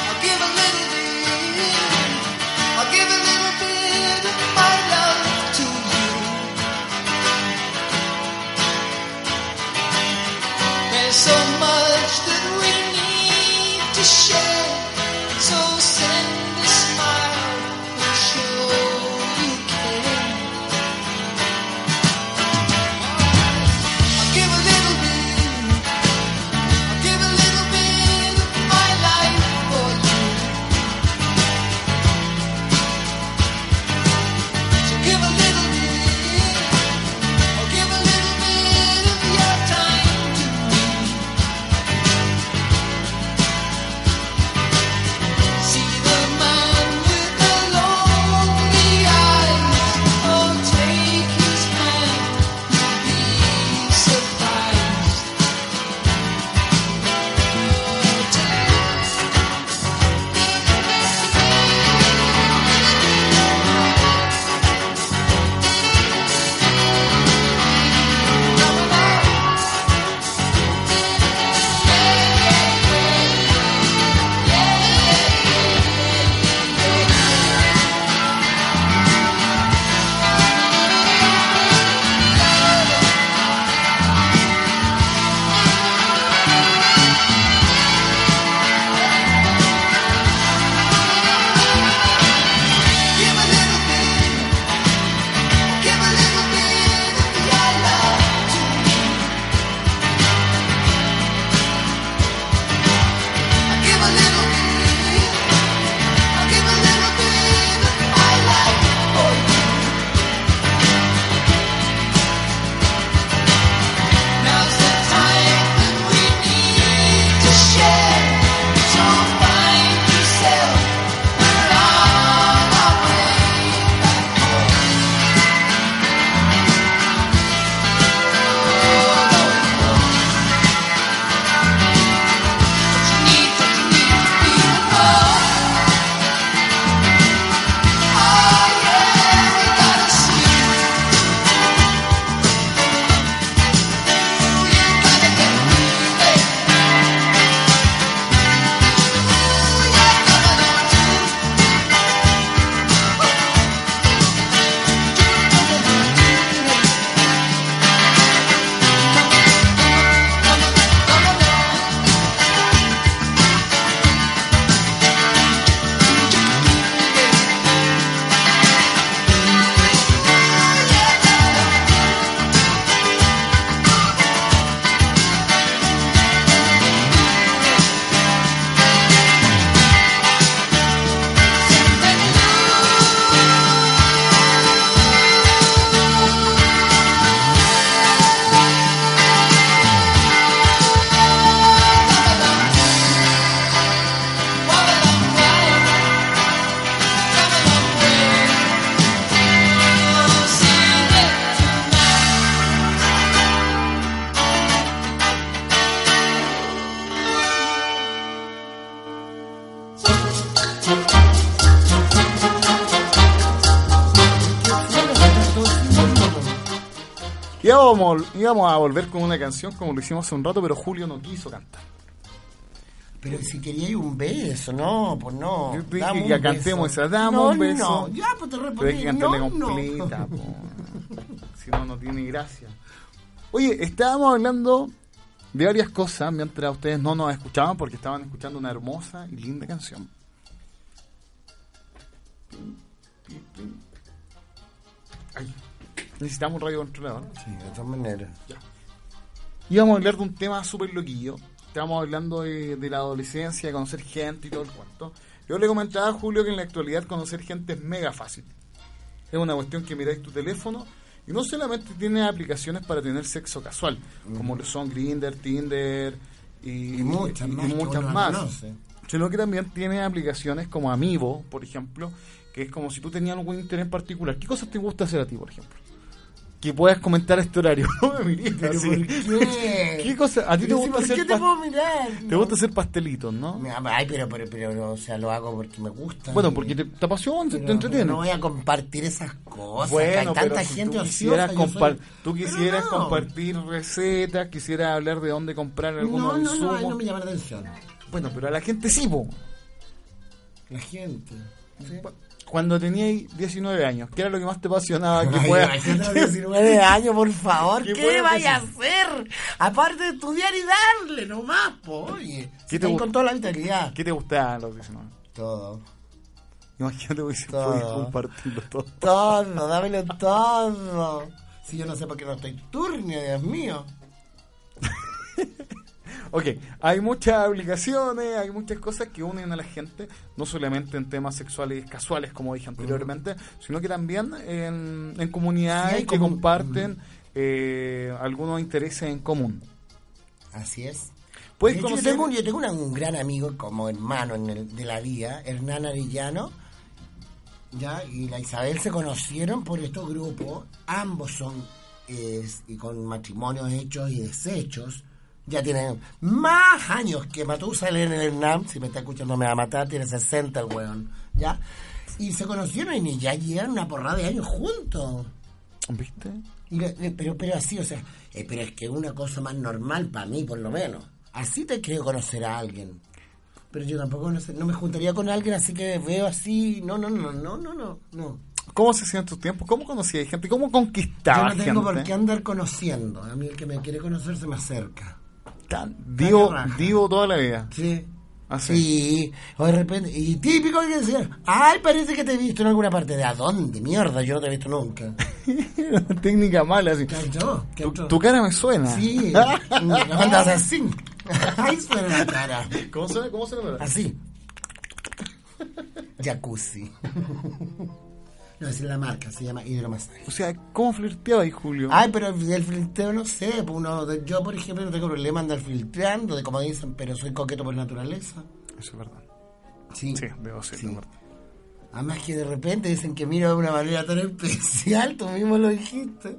Speaker 4: I'll give a little bit, I'll give a little bit of my love to you. There's so much that we need to share, so send a smile and show you care. I'll give a little bit. I'll give a little bit of my life for you. So give a little bit. I'll give a little bit of your time to me. Oh,
Speaker 1: íbamos, íbamos a volver con una canción como lo hicimos hace un rato, pero Julio no quiso cantar.
Speaker 2: Pero si quería un beso, no, pues no.
Speaker 1: Yo te
Speaker 2: Dame
Speaker 1: dije
Speaker 2: un
Speaker 1: que
Speaker 2: beso.
Speaker 1: cantemos esa, dame
Speaker 2: No,
Speaker 1: un beso.
Speaker 2: No, ya, pues te respondí.
Speaker 1: Pero hay que cantarla
Speaker 2: no, no.
Speaker 1: completa, po. si no, no tiene gracia. Oye, estábamos hablando de varias cosas mientras ustedes no nos escuchaban porque estaban escuchando una hermosa y linda canción. Ay, necesitamos un radio controlador.
Speaker 2: Sí, de todas maneras.
Speaker 1: Íbamos a hablar de un tema súper loquillo. Estábamos hablando de, de la adolescencia, de conocer gente y todo el cuento. Yo le comentaba a Julio que en la actualidad conocer gente es mega fácil. Es una cuestión que miráis tu teléfono y no solamente tiene aplicaciones para tener sexo casual, como lo son Grindr, Tinder y,
Speaker 2: Mm. Y muchas
Speaker 1: y- y
Speaker 2: más que
Speaker 1: muchas
Speaker 2: uno no
Speaker 1: más.
Speaker 2: conoce.
Speaker 1: Sino que también tiene aplicaciones como Amiibo, por ejemplo, que es como si tú tenías algún interés en particular. ¿Qué cosas te gusta hacer a ti, por ejemplo? Que puedas comentar a este horario. No me mirís
Speaker 2: Pero
Speaker 1: así.
Speaker 2: ¿por qué?
Speaker 1: ¿Qué cosa? ¿A ti te
Speaker 2: Pero si,
Speaker 1: gusta
Speaker 2: ¿por
Speaker 1: hacer
Speaker 2: qué te
Speaker 1: pas-
Speaker 2: puedo mirar?
Speaker 1: Te gusta hacer pastelitos, ¿no?
Speaker 2: No. Ay, pero, pero, pero, o sea, lo hago porque me gusta.
Speaker 1: Bueno, porque te, te apasiona, te-
Speaker 2: Pero
Speaker 1: te entretiene.
Speaker 2: No voy a compartir esas cosas. que hay
Speaker 1: Bueno,
Speaker 2: tanta
Speaker 1: pero si
Speaker 2: gente
Speaker 1: tú
Speaker 2: ociosa.
Speaker 1: quisieras,
Speaker 2: yo
Speaker 1: compar-
Speaker 2: soy-
Speaker 1: tú
Speaker 2: Pero
Speaker 1: quisieras
Speaker 2: no.
Speaker 1: compartir recetas, quisieras hablar de dónde comprar
Speaker 2: No,
Speaker 1: algunos
Speaker 2: no, no, ay,
Speaker 1: insumos.
Speaker 2: no me llama la atención.
Speaker 1: Bueno, pero a la gente sí, po.
Speaker 2: La gente. ¿sí?
Speaker 1: Cuando tenías 19 años, ¿qué era lo que más te apasionaba? Que
Speaker 2: Ay,
Speaker 1: puedas-
Speaker 2: imagínate a los 19 años, por favor.
Speaker 1: Que
Speaker 2: ¿Qué,
Speaker 1: pueda
Speaker 2: vaya a hacer? Aparte de estudiar y darle nomás, po,
Speaker 1: ¿Qué
Speaker 2: oye. ¿Qué
Speaker 1: te
Speaker 2: te
Speaker 1: gu-
Speaker 2: con toda la vitalidad.
Speaker 1: ¿Qué te gustaba a los 19?
Speaker 2: Todo.
Speaker 1: Imagínate que hubiese
Speaker 2: Todo.
Speaker 1: podido compartirlo todo.
Speaker 2: Todo, dámelo todo. Si yo no sé por qué no estoy turnio, Dios mío.
Speaker 1: Ok, hay muchas aplicaciones, hay muchas cosas que unen a la gente, no solamente en temas sexuales casuales, como dije anteriormente, sino que también en, en comunidades
Speaker 2: Sí, hay
Speaker 1: que
Speaker 2: comun-
Speaker 1: comparten eh, algunos intereses en común.
Speaker 2: Así es.
Speaker 1: Puedes
Speaker 2: De hecho,
Speaker 1: Pues conocer-
Speaker 2: yo tengo, un- yo tengo una- un gran amigo como hermano en el- de la vía, Hernán Arellano, ya, y la Isabel se conocieron por estos grupos, ambos son es- y con matrimonios hechos y deshechos, ya tienen más años que Matusalén en el NAM, si me está escuchando me va a matar, tiene 60 el weón, ya, y se conocieron y ya llevan una porrada de años juntos.
Speaker 1: ¿Viste?
Speaker 2: Y le- le- Pero, pero así, o sea, eh, pero es que una cosa más normal para mí, por lo menos. Así te creo conocer a alguien. Pero yo tampoco no, sé, no me juntaría con alguien, así que veo así. No, no, no, no, no, no. no.
Speaker 1: ¿Cómo se hacían tus tiempos? ¿Cómo conocías gente? ¿Cómo
Speaker 2: Yo
Speaker 1: conquistabas
Speaker 2: no tengo por qué
Speaker 1: gente?
Speaker 2: andar conociendo. A mí el que me quiere conocer se me acerca.
Speaker 1: Tan- divo,
Speaker 2: raja.
Speaker 1: divo toda la vida.
Speaker 2: Sí.
Speaker 1: Ah, sí.
Speaker 2: Sí, o de repente, y típico que decían, ay, parece que te he visto en alguna parte. ¿De a dónde? Mierda, yo no te he visto nunca.
Speaker 1: Una técnica mala, así.
Speaker 2: ¿Qué entró? ¿Qué entró?
Speaker 1: Tu cara me suena.
Speaker 2: Sí, me mandas así. Ay, suena la cara.
Speaker 1: ¿Cómo suena? ¿Cómo suena?
Speaker 2: Así. Jacuzzi. No, esa es la marca, se llama hidromasaje.
Speaker 1: O sea, ¿cómo flirteaba ahí, Julio?
Speaker 2: Ay, pero el filtreo no sé, pues uno, yo por ejemplo no tengo problema andar filtrando, de como dicen, pero soy coqueto por naturaleza.
Speaker 1: Eso es verdad.
Speaker 2: Sí.
Speaker 1: Sí, debo ser,
Speaker 2: Sí.
Speaker 1: la verdad.
Speaker 2: Además que de repente dicen que miro de una manera tan especial, tú mismo lo dijiste.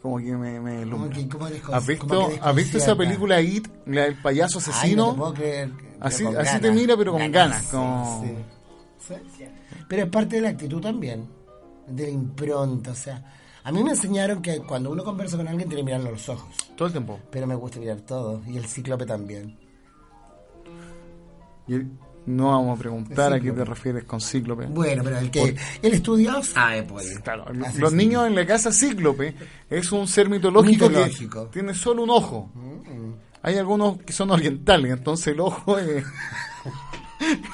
Speaker 1: como que me, me
Speaker 2: Como
Speaker 1: alumbra.
Speaker 2: que, como descon-
Speaker 1: ¿Has visto,
Speaker 2: como que
Speaker 1: ¿Has visto esa
Speaker 2: desconcierta.
Speaker 1: película It, la del payaso
Speaker 2: Ay, no
Speaker 1: asesino?
Speaker 2: te puedo creer.
Speaker 1: Así-
Speaker 2: Pero con
Speaker 1: así te
Speaker 2: ganas.
Speaker 1: mira, pero con ganas,
Speaker 2: sí,
Speaker 1: como-
Speaker 2: sí. Sí. Pero es parte de la actitud también, de la impronta. O sea, a mí me enseñaron que cuando uno conversa con alguien tiene que mirarlo a los ojos.
Speaker 1: Todo el tiempo.
Speaker 2: Pero me gusta mirar todo, y el cíclope también.
Speaker 1: Y el- no vamos a preguntar a qué te
Speaker 2: Cíclope.
Speaker 1: refieres con cíclope.
Speaker 2: Bueno, pero el que el estudiado sabe, pues.
Speaker 1: Claro,
Speaker 2: Así
Speaker 1: los
Speaker 2: sí.
Speaker 1: niños en la casa cíclope es un ser mitológico,
Speaker 2: Mitológico. Mm.
Speaker 1: que tiene solo un ojo. Hay algunos que son orientales, entonces el ojo es,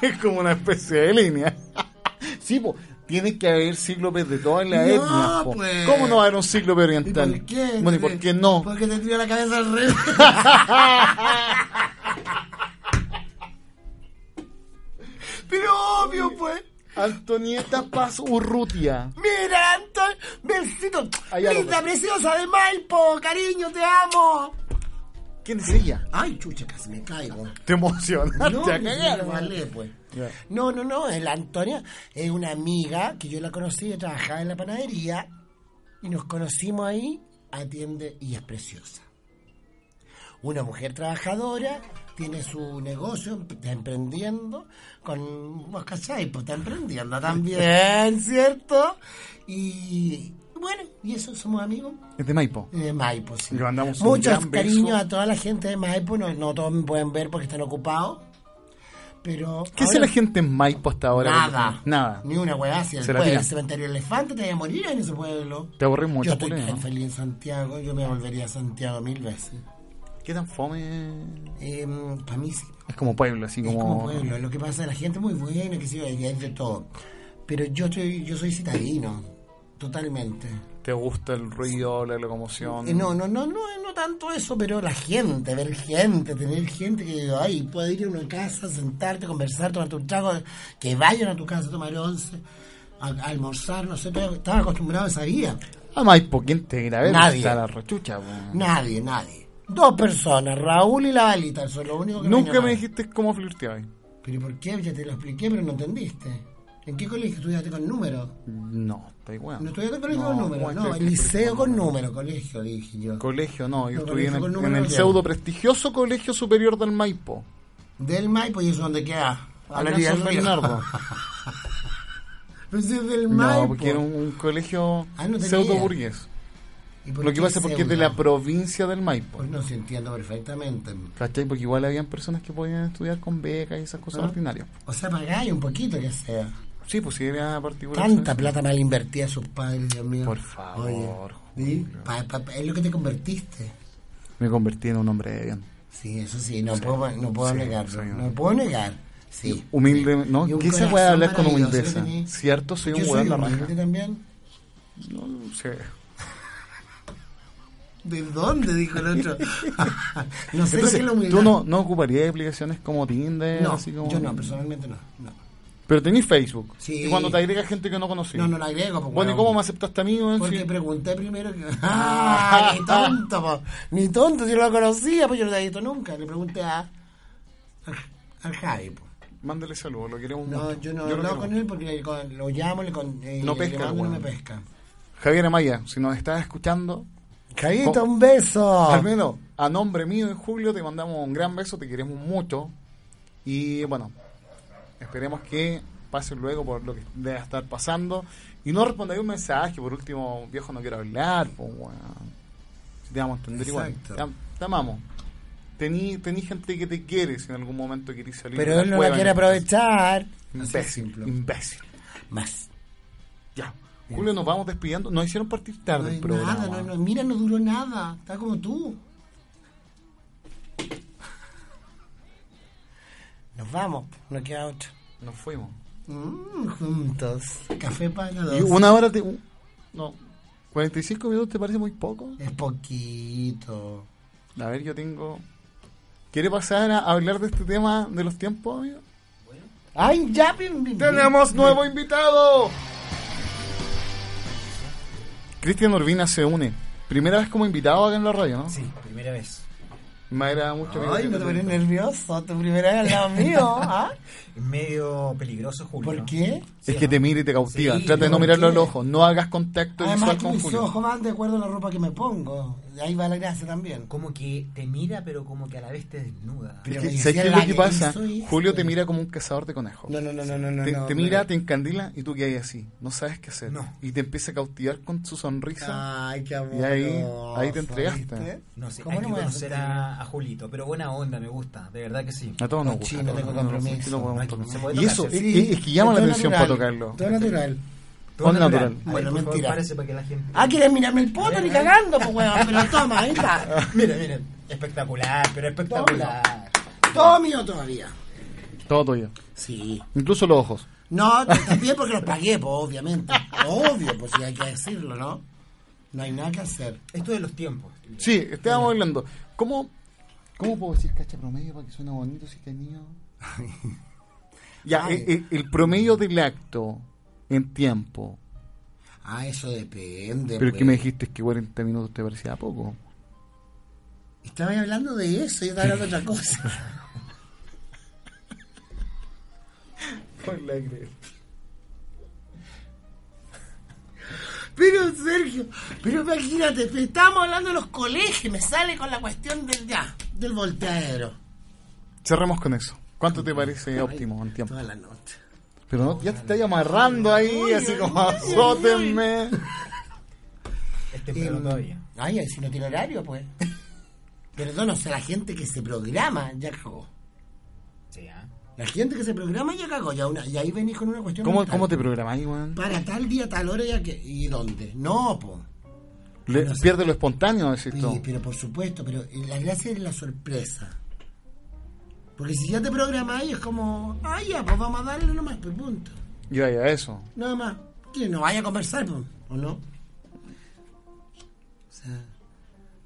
Speaker 1: es como una especie de línea. sí, pues, tiene que haber cíclopes de todas las
Speaker 2: No,
Speaker 1: etnias. po.
Speaker 2: pues.
Speaker 1: ¿Cómo no va a haber un cíclope
Speaker 2: ¿Y
Speaker 1: oriental?
Speaker 2: por qué?
Speaker 1: Bueno, ¿y por qué no?
Speaker 2: Porque te tira la cabeza al revés. pero obvio, pues.
Speaker 1: Antonieta Paz Urrutia.
Speaker 2: Mira, Anton, besito.
Speaker 1: Allá lo
Speaker 2: Linda,
Speaker 1: ves.
Speaker 2: preciosa de Malpo, cariño, te amo.
Speaker 1: ¿Quién es ella?
Speaker 2: Ay, chucha, casi me caigo.
Speaker 1: Te emocionaste
Speaker 2: No,
Speaker 1: a cagar,
Speaker 2: no,
Speaker 1: man.
Speaker 2: vale, pues.
Speaker 1: Ya.
Speaker 2: no, no, no, es la Antonia es una amiga que yo la conocí, que trabajaba en la panadería y nos conocimos ahí, atiende y es preciosa. Una mujer trabajadora, tiene su negocio, emp- está emprendiendo, con, vos cachai, pues está emprendiendo también, ¿cierto? Y bueno, Y eso somos amigos
Speaker 1: Es de Maipo.
Speaker 2: de Maipo. sí.
Speaker 1: Le mandamos un
Speaker 2: Muchos
Speaker 1: gran beso.
Speaker 2: cariños a toda la gente de Maipo. No, no todos me pueden ver porque están ocupados. Pero.
Speaker 1: ¿Qué hace
Speaker 2: ahora-
Speaker 1: la gente en Maipo hasta ahora?
Speaker 2: Nada.
Speaker 1: Nada.
Speaker 2: Ni una weá. Si
Speaker 1: Se la
Speaker 2: después
Speaker 1: tiran.
Speaker 2: del cementerio del elefante te voy a morir en ese pueblo.
Speaker 1: Te aburrís mucho,
Speaker 2: Yo estoy
Speaker 1: Julio,
Speaker 2: tan
Speaker 1: ¿no?
Speaker 2: feliz en Santiago. Yo me volvería a Santiago mil veces.
Speaker 1: ¿Qué tan fome?
Speaker 2: para mí sí.
Speaker 1: Es como pueblo, así
Speaker 2: Es
Speaker 1: como.
Speaker 2: como pueblo, lo que pasa, la gente es muy buena, que sí, hay de todo. Pero yo estoy, yo soy citadino, totalmente.
Speaker 1: Te gusta el ruido, la locomoción.
Speaker 2: Eh, No, no, no, no, no tanto eso, pero la gente, ver gente, tener gente que, ay, puede ir a una casa, sentarte, conversar, tomarte un trago, que vayan a tu casa a tomar once, a, a almorzar, no sé, pero estaba acostumbrado a esa vida.
Speaker 1: A Maipo, ¿quién te grabé?
Speaker 2: Nadie.
Speaker 1: Está la rechucha, weón.
Speaker 2: Nadie, nadie. Dos personas, Raúl y la Balita, eso es lo único que
Speaker 1: Nunca
Speaker 2: llamaron.
Speaker 1: me dijiste cómo flirteaba.
Speaker 2: Pero ¿y ¿por qué? Ya te lo expliqué, pero no entendiste. ¿En qué colegio estudiaste con números?
Speaker 1: No, está igual.
Speaker 2: No estudiaste colegio con número,
Speaker 1: bueno,
Speaker 2: no,
Speaker 1: estoy-
Speaker 2: liceo con número, colegio, dije yo.
Speaker 1: Colegio, no, yo
Speaker 2: No,
Speaker 1: estudié en
Speaker 2: colegio
Speaker 1: el,
Speaker 2: con
Speaker 1: en
Speaker 2: número
Speaker 1: el
Speaker 2: ya.
Speaker 1: pseudo prestigioso Colegio Superior del Maipo.
Speaker 2: Del Maipo, ¿y eso dónde queda? A la orilla
Speaker 1: Alonso
Speaker 2: del río.
Speaker 1: Bernardo.
Speaker 2: Pero si es del Maipo.
Speaker 1: No, porque era un, un colegio
Speaker 2: Ah, no tenía.
Speaker 1: pseudo burgués.
Speaker 2: ¿Y por
Speaker 1: Lo
Speaker 2: qué
Speaker 1: que pasa es porque es de la
Speaker 2: pseudo?
Speaker 1: provincia del Maipo.
Speaker 2: Pues no, se entiendo perfectamente.
Speaker 1: ¿Cachai? Porque igual habían personas que podían estudiar con becas y esas cosas
Speaker 2: Ah.
Speaker 1: ordinarias.
Speaker 2: O sea, pagáis un poquito que sea.
Speaker 1: Sí, pues si era particular.
Speaker 2: Tanta plata mal invertida a sus padres, Dios mío.
Speaker 1: Por favor,
Speaker 2: ¿sí? Pa- pa- pa- es lo que te convertiste.
Speaker 1: Me convertí en un hombre de bien.
Speaker 2: Sí, eso sí, no puedo, no puedo
Speaker 1: sí,
Speaker 2: negarlo.
Speaker 1: soy un-
Speaker 2: No puedo negar. Sí.
Speaker 1: Humilde,
Speaker 2: sí.
Speaker 1: ¿no?
Speaker 2: Y un
Speaker 1: ¿Qué se puede
Speaker 2: corazón
Speaker 1: hablar con
Speaker 2: maravilloso
Speaker 1: humildeza?
Speaker 2: que tenés.
Speaker 1: Cierto, soy un
Speaker 2: Yo
Speaker 1: hueón
Speaker 2: soy
Speaker 1: la raja.
Speaker 2: humilde también.
Speaker 1: No, no sé.
Speaker 2: ¿De dónde? Dijo el otro. no sé
Speaker 1: Entonces,
Speaker 2: lo que es la humildad.
Speaker 1: ¿tú no, no ocuparías aplicaciones como Tinder?
Speaker 2: No,
Speaker 1: así como...
Speaker 2: yo no, personalmente no. No,
Speaker 1: Pero tenés Facebook.
Speaker 2: Sí.
Speaker 1: Y cuando te agrega gente que no conocí.
Speaker 2: no, no la agrego. po,
Speaker 1: Bueno, ¿y
Speaker 2: weón.
Speaker 1: cómo me aceptaste a mí? weón?
Speaker 2: Porque
Speaker 1: Sí.
Speaker 2: pregunté primero que... ¡Ah! ni tonto, po. Ni tonto, si no lo conocía, pues yo no te había visto nunca. Le pregunté a... a- Al Javi, po.
Speaker 1: Mándale saludos, lo queremos
Speaker 2: No,
Speaker 1: mucho.
Speaker 2: yo no he
Speaker 1: lo
Speaker 2: hablado
Speaker 1: quiero
Speaker 2: con
Speaker 1: mucho.
Speaker 2: él porque le con- lo llamo, le con... eh,
Speaker 1: No
Speaker 2: le
Speaker 1: pesca el
Speaker 2: mando y no me
Speaker 1: weón.
Speaker 2: pesca.
Speaker 1: Javier Amaya, si nos estás escuchando,
Speaker 2: Javito, un beso.
Speaker 1: Al menos a nombre mío en Julio te mandamos un gran beso, te queremos mucho y bueno, esperemos que pases luego por lo que debe estar pasando y no respondáis un mensaje, por último, viejo, no quiero hablar, pues weón. Si te vamos a entender igual.
Speaker 2: Exacto.
Speaker 1: Te, am- te amamos. Tení, tení gente que te quiere si en algún momento querís salir. de
Speaker 2: Pero
Speaker 1: la
Speaker 2: él no
Speaker 1: cueva y
Speaker 2: la quiere
Speaker 1: estás.
Speaker 2: aprovechar. Mm. Así de
Speaker 1: Imbécil,
Speaker 2: simple.
Speaker 1: imbécil.
Speaker 2: Más.
Speaker 1: Ya. Julio, nos vamos despidiendo. Nos hicieron partir
Speaker 2: No
Speaker 1: tarde
Speaker 2: hay
Speaker 1: el programa.
Speaker 2: nada, no, no, mira, no duró nada. Está como tú. Nos vamos, no queda otro.
Speaker 1: Nos fuimos.
Speaker 2: Mm, juntos. Café para los
Speaker 1: Y
Speaker 2: dos.
Speaker 1: una hora te... un- No. 45 minutos te parece muy poco.
Speaker 2: Es poquito.
Speaker 1: A ver, yo tengo... ¿Quiere pasar a hablar de este tema de los tiempos, amigo?
Speaker 2: ¡Ay, ya! pim, pim, pim.
Speaker 1: ¡Tenemos nuevo invitado! Cristian Urbina se une. Primera vez como invitado acá en la radio, ¿no?
Speaker 5: Sí, primera vez.
Speaker 1: Me agrada mucho. amigo,
Speaker 2: Ay,
Speaker 1: que
Speaker 2: no
Speaker 1: te-
Speaker 2: te pones nervioso. Tu primera vez al lado mío. ¿ah?
Speaker 5: Es medio peligroso, Julio.
Speaker 2: ¿Por
Speaker 5: ¿no?
Speaker 2: qué?
Speaker 1: Es que te mira y te cautiva.
Speaker 5: Sí,
Speaker 1: Trata de no
Speaker 5: ¿por
Speaker 1: mirarlo
Speaker 5: qué?
Speaker 1: al ojo. No hagas contacto
Speaker 2: Además,
Speaker 1: visual
Speaker 2: que
Speaker 1: con
Speaker 2: mis
Speaker 1: Julio.
Speaker 2: ojos van de acuerdo a la ropa que me pongo. Ahí va la gracia también.
Speaker 5: Como que te mira, pero como que a la vez te desnuda.
Speaker 1: Es
Speaker 2: Pero
Speaker 1: que,
Speaker 2: me
Speaker 1: ¿sabes
Speaker 2: decía
Speaker 1: qué es
Speaker 2: la
Speaker 1: lo que
Speaker 2: que
Speaker 1: pasa?
Speaker 2: hizo esto.
Speaker 1: Julio te mira como un cazador de conejos.
Speaker 2: No, no, no, no, no. no,
Speaker 1: Te,
Speaker 2: no,
Speaker 1: te
Speaker 2: pero-
Speaker 1: mira, te encandila y tú quedas ahí así. No sabes qué hacer.
Speaker 5: No.
Speaker 1: Y te empieza a cautivar con su sonrisa.
Speaker 2: Ay, qué amor.
Speaker 1: Y ahí- ahí te entregaste.
Speaker 5: No sé, hay que
Speaker 2: me vas a
Speaker 5: conocer
Speaker 2: entregar?
Speaker 5: a, a Julito, pero buena onda, me gusta, de verdad que sí.
Speaker 1: A todos nos
Speaker 2: No,
Speaker 1: gusta.
Speaker 2: sí, no
Speaker 1: a todos
Speaker 2: tengo
Speaker 1: nos gusta,
Speaker 2: compromiso,
Speaker 1: sí, lo podemos
Speaker 5: no hay-
Speaker 1: tocar.
Speaker 5: se puede
Speaker 1: y
Speaker 5: tocar,
Speaker 1: eso es,
Speaker 5: sí.
Speaker 1: es- es que llama
Speaker 2: Todo
Speaker 1: la atención
Speaker 2: natural,
Speaker 1: para tocarlo.
Speaker 2: Todo natural.
Speaker 1: Todo natural.
Speaker 5: A ver,
Speaker 2: Bueno,
Speaker 5: por favor,
Speaker 2: mentira.
Speaker 5: párese para que la gente...
Speaker 2: Ah, quieres mirarme el poto ni cagando, pues weón, pero toma, ahí está.
Speaker 5: Mira, mira, espectacular, pero espectacular.
Speaker 2: Todo mío todavía.
Speaker 1: Todo tuyo.
Speaker 2: Sí.
Speaker 1: Incluso los ojos.
Speaker 2: No, también porque los pagué, pues, obviamente. Obvio, pues si hay que decirlo, ¿no? No hay nada que hacer.
Speaker 5: Esto de los tiempos.
Speaker 1: Sí, estábamos hablando. ¿Cómo, ¿Cómo puedo decir cacha promedio para que suene bonito si que niño? ya,
Speaker 2: Ay.
Speaker 1: eh, eh, el, promedio del acto en tiempo.
Speaker 2: Ah, eso depende.
Speaker 1: Pero
Speaker 2: pues.
Speaker 1: que me dijiste que 40 minutos te parecía poco.
Speaker 2: Estaba hablando de eso, yo estaba hablando de otra cosa. Pero Sergio, pero imagínate, te estábamos hablando de los colegios, me sale con la cuestión del ya, del volteadero.
Speaker 1: Cerremos con eso. ¿Cuánto te parece óptimo en tiempo?
Speaker 2: Toda la noche.
Speaker 1: Pero no, ya te estás amarrando ahí, así como azótenme.
Speaker 5: Es temprano
Speaker 2: Em,
Speaker 5: Este todavía.
Speaker 2: Ay, ay, si no tiene horario, pues. Perdónose a la gente que se programa, ya cagó.
Speaker 5: Sí, ¿ah?
Speaker 2: La gente que se programa ya cagó, ya una, y ahí venís con una cuestión.
Speaker 1: ¿Cómo,
Speaker 2: mental.
Speaker 1: cómo te programáis, weón?
Speaker 2: Para tal día, tal hora, ya que. ¿Y dónde? No, pues.
Speaker 1: Le-
Speaker 2: no sé.
Speaker 1: Pierde lo espontáneo, decís tú.
Speaker 2: Sí, pero por supuesto, pero eh, la gracia es la sorpresa. Porque si ya te programáis es como, ah, ya, pues vamos a darle nomás, pues punto.
Speaker 1: Yo ahí a eso.
Speaker 2: Nada más. Que no vaya a conversar, pues, ¿o no? O sea,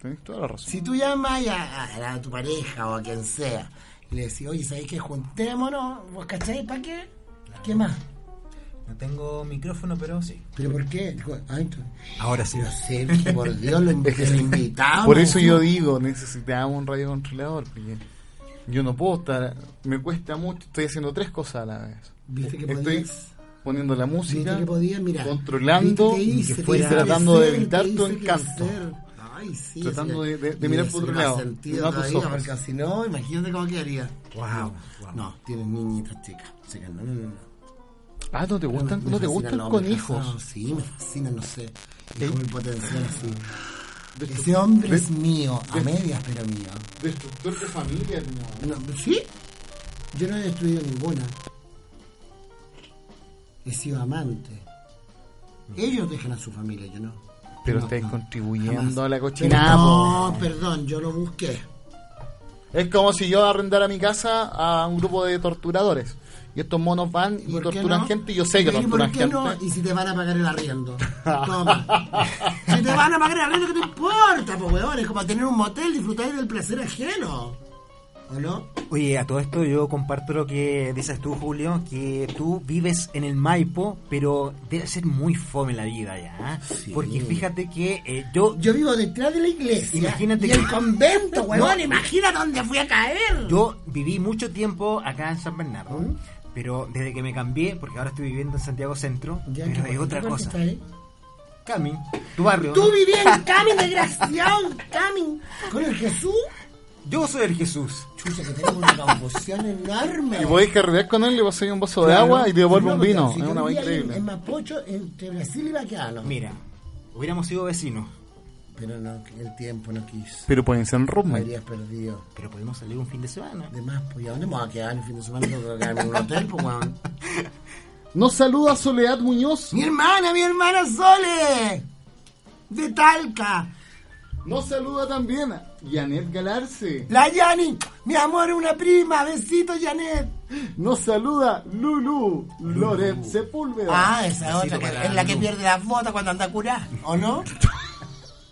Speaker 1: Tenés toda la razón.
Speaker 2: si tú llamas a, a- a tu pareja o a quien sea y le decís, oye, ¿sabéis que juntémonos? ¿Vos cacháis para qué? ¿Qué más?
Speaker 5: No tengo micrófono, pero sí.
Speaker 2: ¿Pero por qué? Ay, tú-
Speaker 5: Ahora sí.
Speaker 2: Pero Sergio, por Dios, lo,
Speaker 1: Es que
Speaker 2: lo
Speaker 1: sí.
Speaker 2: invitamos.
Speaker 1: Por eso yo digo, necesitamos un radiocontrolador. Porque yo no puedo estar. Me cuesta mucho. Estoy haciendo tres cosas a la vez.
Speaker 2: ¿Viste que
Speaker 1: Estoy
Speaker 2: podías?
Speaker 1: poniendo la música,
Speaker 2: Viste que podía, mira,
Speaker 1: controlando
Speaker 2: viste, te hice,
Speaker 1: y
Speaker 2: te
Speaker 1: fue
Speaker 2: hice
Speaker 1: tratando de
Speaker 2: crecer,
Speaker 1: evitar
Speaker 2: te
Speaker 1: tu
Speaker 2: hice
Speaker 1: encanto.
Speaker 2: crecer. Ay, sí,
Speaker 1: Tratando
Speaker 2: sí.
Speaker 1: de- de- de
Speaker 2: Y
Speaker 1: mirar
Speaker 2: eso
Speaker 1: por otro
Speaker 2: no ha
Speaker 1: lado,
Speaker 2: sentido
Speaker 1: no a tus
Speaker 2: todavía,
Speaker 1: ojos.
Speaker 2: Porque si no, imagínate cómo quedaría.
Speaker 5: Wow,
Speaker 2: No, tienes niñitas chicas. Así que no, no, no. no.
Speaker 1: Ah, no te gustan,
Speaker 2: Me- me
Speaker 1: no te
Speaker 2: fascinan
Speaker 1: gustan
Speaker 2: los
Speaker 1: con
Speaker 2: hombres
Speaker 1: hijos.
Speaker 2: casados, Sí, me fascinan, no sé.
Speaker 1: ¿Eh?
Speaker 2: Es como el potencial así. Ese hombre es mío, a medias, pero mío.
Speaker 1: Destructor de familia,
Speaker 2: No, ¿Sí? Yo no he destruido ninguna. He sido amante. Ellos dejan a su familia, yo no.
Speaker 1: Pero
Speaker 2: No,
Speaker 1: estáis
Speaker 2: no,
Speaker 1: contribuyendo
Speaker 2: jamás.
Speaker 1: a la cochinada. po.
Speaker 2: No, perdón, yo lo busqué.
Speaker 1: Es como si yo arrendara mi casa a un grupo de torturadores. Y estos monos van y
Speaker 2: ¿Por qué
Speaker 1: torturan
Speaker 2: no?
Speaker 1: gente. Y yo sé que
Speaker 2: ¿Y por
Speaker 1: torturan
Speaker 2: qué
Speaker 1: gente.
Speaker 2: no? Y si te van a pagar el arriendo. Toma. si te van a pagar el arriendo, ¿qué te importa, po, weón? Es como tener un motel, disfrutar del placer ajeno. ¿O no?
Speaker 5: Oye, a todo esto yo comparto lo que dices tú, Julio, que tú vives en el Maipo, pero debe ser muy fome la vida ya. ¿eh? Porque fíjate que eh, yo,
Speaker 2: Yo vivo detrás de la iglesia.
Speaker 5: Imagínate
Speaker 2: y
Speaker 5: que-
Speaker 2: el convento, weón.
Speaker 5: No.
Speaker 2: Imagina dónde fui a caer.
Speaker 5: yo viví mucho tiempo acá en San Bernardo. Pero desde que me cambié, porque ahora estoy viviendo en Santiago Centro,
Speaker 2: Ya, qué
Speaker 5: pero es
Speaker 2: bueno,
Speaker 5: otra
Speaker 2: ¿qué
Speaker 5: cosa.
Speaker 2: está ahí?
Speaker 5: Cami, tu barrio.
Speaker 2: Tú
Speaker 5: ¿no?
Speaker 2: vivías en Camin, desgraciado, en Camin. Con el Jesús.
Speaker 5: Yo soy el Jesús.
Speaker 2: Chucha, que tenemos una confusión enorme.
Speaker 1: Y podéis carretear con él, le pasáis un vaso de
Speaker 5: Claro.
Speaker 1: agua y te devuelve un vino.
Speaker 2: Si
Speaker 1: es
Speaker 2: yo
Speaker 1: una
Speaker 2: vivía
Speaker 1: vaina
Speaker 2: ahí En,
Speaker 1: increíble.
Speaker 2: en Mapocho, entre Brasil y Baqueano.
Speaker 5: Mira, hubiéramos sido vecinos,
Speaker 2: Pero no, que el tiempo no quiso.
Speaker 1: Pero pueden ser
Speaker 2: Me
Speaker 1: roommates.
Speaker 2: habrías perdido.
Speaker 5: pero podemos salir un fin de semana.
Speaker 2: De más, pues, ¿y a dónde vamos a quedar el fin de semana? Tengo que quedarme en un hotel, pues, weón.
Speaker 1: Nos saluda Soledad Muñoz.
Speaker 2: ¡Mi hermana, mi hermana Sole! De Talca.
Speaker 1: Nos saluda también Janet Galarse.
Speaker 2: La Yani. Mi amor, una prima. Besito, Janet.
Speaker 1: Nos saluda Lulu Loret Sepúlveda.
Speaker 2: Ah, esa es otra,
Speaker 5: para
Speaker 2: que es la que
Speaker 5: Lu.
Speaker 2: pierde las botas cuando anda a curar, ¿o no?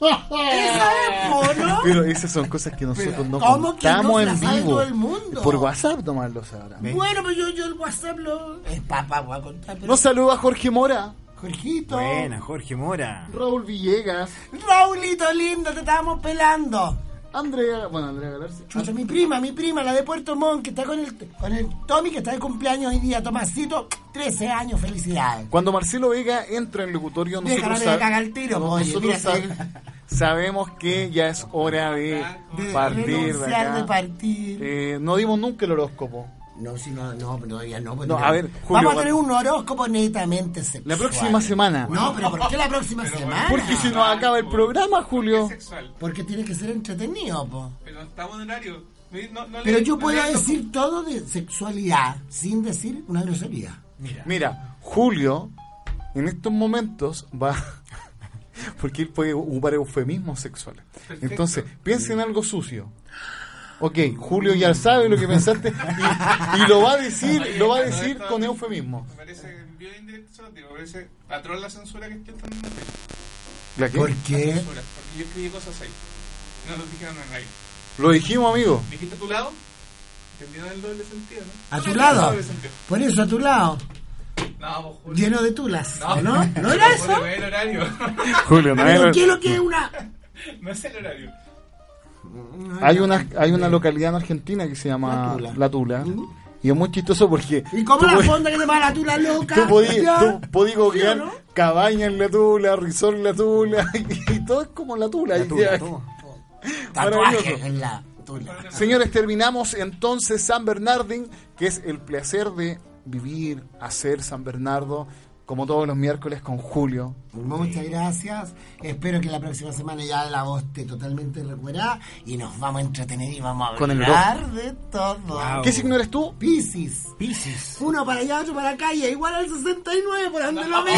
Speaker 2: esa es, ¿o no?
Speaker 1: Pero esas son cosas que nosotros no
Speaker 2: ¿cómo que no
Speaker 1: contamos
Speaker 2: se
Speaker 1: pues,
Speaker 2: la
Speaker 1: en
Speaker 2: sabe
Speaker 1: vivo.
Speaker 2: todo el mundo?
Speaker 1: Por WhatsApp tomarlos ahora.
Speaker 2: Bueno, pues yo, yo el WhatsApp lo... Es papá, voy a contar, pero...
Speaker 1: Nos saluda Jorge Mora,
Speaker 2: Jorgito.
Speaker 5: Buena, Jorge Mora.
Speaker 1: Raúl Villegas,
Speaker 2: Raulito lindo, te estábamos pelando.
Speaker 1: Andrea, bueno, Andrea Galarse.
Speaker 2: Chucha, mi prima, mi prima, la de Puerto Montt, que está con el, con el Tommy, que está de cumpleaños hoy día. Tomasito, 13 años, felicidades.
Speaker 1: Cuando Marcelo Vega entra en locutorio, nosotros,
Speaker 2: Déjalo,
Speaker 1: sab-
Speaker 2: le caga el tiro,
Speaker 1: no-
Speaker 2: oye,
Speaker 1: nosotros
Speaker 2: mira,
Speaker 1: sab-
Speaker 2: si-
Speaker 1: sabemos que ya es hora de
Speaker 2: De
Speaker 1: partir de
Speaker 2: renunciar,
Speaker 1: acá.
Speaker 2: de partir.
Speaker 1: Eh, no dimos nunca el horóscopo.
Speaker 2: No, si no, no, pero todavía no. pues
Speaker 1: No,
Speaker 2: todavía
Speaker 1: a ver, Julio,
Speaker 2: Vamos a tener un horóscopo netamente sexual.
Speaker 1: La próxima semana.
Speaker 2: No, pero ¿por qué la próxima semana?
Speaker 1: Porque si nos acaba el programa, Julio.
Speaker 6: sexual.
Speaker 2: Porque tiene que ser entretenido, po.
Speaker 6: Pero estamos en horario. No- no le-
Speaker 2: Pero yo
Speaker 6: no
Speaker 2: puedo
Speaker 6: le-
Speaker 2: decir todo de sexualidad sin decir una grosería.
Speaker 5: Mira,
Speaker 1: Mira, Julio en estos momentos va. Porque él puede ocupar eufemismos sexuales. Entonces, piensa en algo sucio. Ok, Julio ya sabe lo que pensaste y, y lo va a decir, lo va a decir con eufemismo.
Speaker 6: Me parece bien indirecto, me parece atroz la censura que estoy teniendo.
Speaker 1: ¿La qué?
Speaker 2: ¿Por qué?
Speaker 6: Censura, porque yo escribí cosas ahí. No lo dijeron en radio.
Speaker 1: Lo dijimos, amigo.
Speaker 6: ¿Dijiste a tu lado? Entendieron el doble sentido, ¿no?
Speaker 2: ¿A tu
Speaker 6: El
Speaker 2: lado?
Speaker 6: doble sentido.
Speaker 2: Por eso, a tu lado.
Speaker 6: No, vos Julio.
Speaker 2: Lleno de tulas. ¿o
Speaker 6: No,
Speaker 2: ¿No? ¿No era
Speaker 6: Julio,
Speaker 2: eso?
Speaker 6: ve el horario.
Speaker 1: Julio, no
Speaker 2: Pero
Speaker 1: hay-
Speaker 2: ¿qué es lo que es una...?
Speaker 6: no es el horario.
Speaker 1: hay una hay una localidad en Argentina que se llama
Speaker 2: La
Speaker 1: La
Speaker 2: Tula. ¿Mm?
Speaker 1: Tula. Y es muy chistoso porque
Speaker 2: ¿Y cómo
Speaker 1: tú
Speaker 2: la
Speaker 1: puedes-
Speaker 2: fonda que te va la tula loca?
Speaker 1: Tú podí,
Speaker 2: ¿Ya?
Speaker 1: tú podí googlear
Speaker 2: ¿Sí o no?
Speaker 1: cabaña en la tula, risol en la tula, y, todo es como la tula.
Speaker 5: la
Speaker 1: y-
Speaker 5: tuya, tú.
Speaker 2: Tatuajes
Speaker 1: Maravilloso.
Speaker 2: en la tula.
Speaker 1: Señores, terminamos entonces San Bernardín, que es el placer de vivir, hacer San Bernardo, como todos los miércoles con Julio.
Speaker 2: Muchas gracias. Espero que la próxima semana ya la voz esté totalmente recuperada y nos vamos a entretener y vamos a
Speaker 1: Con el
Speaker 2: hablar de todo.
Speaker 1: ¿Qué signo eres tú?
Speaker 2: Piscis.
Speaker 5: Piscis.
Speaker 2: Uno para allá, otro para acá y igual al 69 por donde lo veí.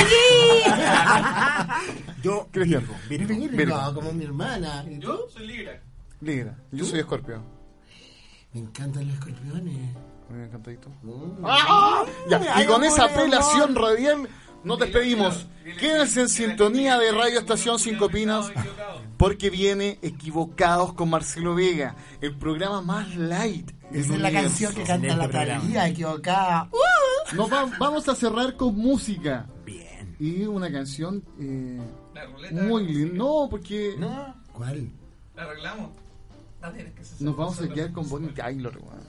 Speaker 5: Yo,
Speaker 1: Cristian.
Speaker 5: Virgo, Virgo.
Speaker 1: Virgo.
Speaker 2: Virgo, como mi hermana.
Speaker 6: Yo soy Libra.
Speaker 1: Libra. Yo soy escorpio.
Speaker 2: Me encantan los escorpiones.
Speaker 1: Muy encantadito.
Speaker 2: Mm.
Speaker 1: Ya, y
Speaker 2: Ay,
Speaker 1: con
Speaker 2: amor,
Speaker 1: esa
Speaker 2: amor.
Speaker 1: apelación radial nos despedimos.
Speaker 6: Dile,
Speaker 1: Quédense en
Speaker 6: dile,
Speaker 1: sintonía de
Speaker 6: dile,
Speaker 1: Radio
Speaker 6: dile,
Speaker 1: Estación
Speaker 6: dile,
Speaker 1: Cinco
Speaker 6: dile,
Speaker 1: Pinos
Speaker 6: equivocado.
Speaker 1: porque viene Equivocados con Marcelo Vega, el programa más light. del
Speaker 2: Esa es la
Speaker 1: universo.
Speaker 2: canción que canta la
Speaker 5: Excelente programa.
Speaker 2: Talía, equivocada. Uh.
Speaker 1: Nos va- vamos a cerrar con música
Speaker 5: Bien.
Speaker 1: y una canción eh,
Speaker 6: La ruleta.
Speaker 1: muy linda. No, porque
Speaker 5: No,
Speaker 2: ¿Cuál?
Speaker 6: La arreglamos. Ah, tienes que hacer-
Speaker 1: nos vamos a quedar con Bonnie Tyler. weón.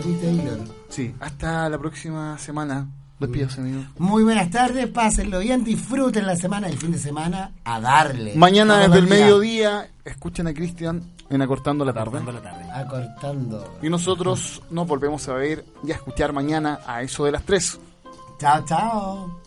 Speaker 2: Bonnie Taylor.
Speaker 1: Sí, hasta la próxima semana. Despídase, amigo.
Speaker 2: Muy buenas tardes, pásenlo bien, disfruten la semana, el fin de semana, a darle.
Speaker 1: Mañana
Speaker 2: Todos
Speaker 1: desde el
Speaker 2: los días,
Speaker 1: mediodía, escuchen a Cristian en Acortando la Tarde.
Speaker 5: dando la tarde.
Speaker 2: Acortando.
Speaker 1: Y nosotros nos volvemos a ver y a escuchar mañana a eso de las 3.
Speaker 2: Chao, chao.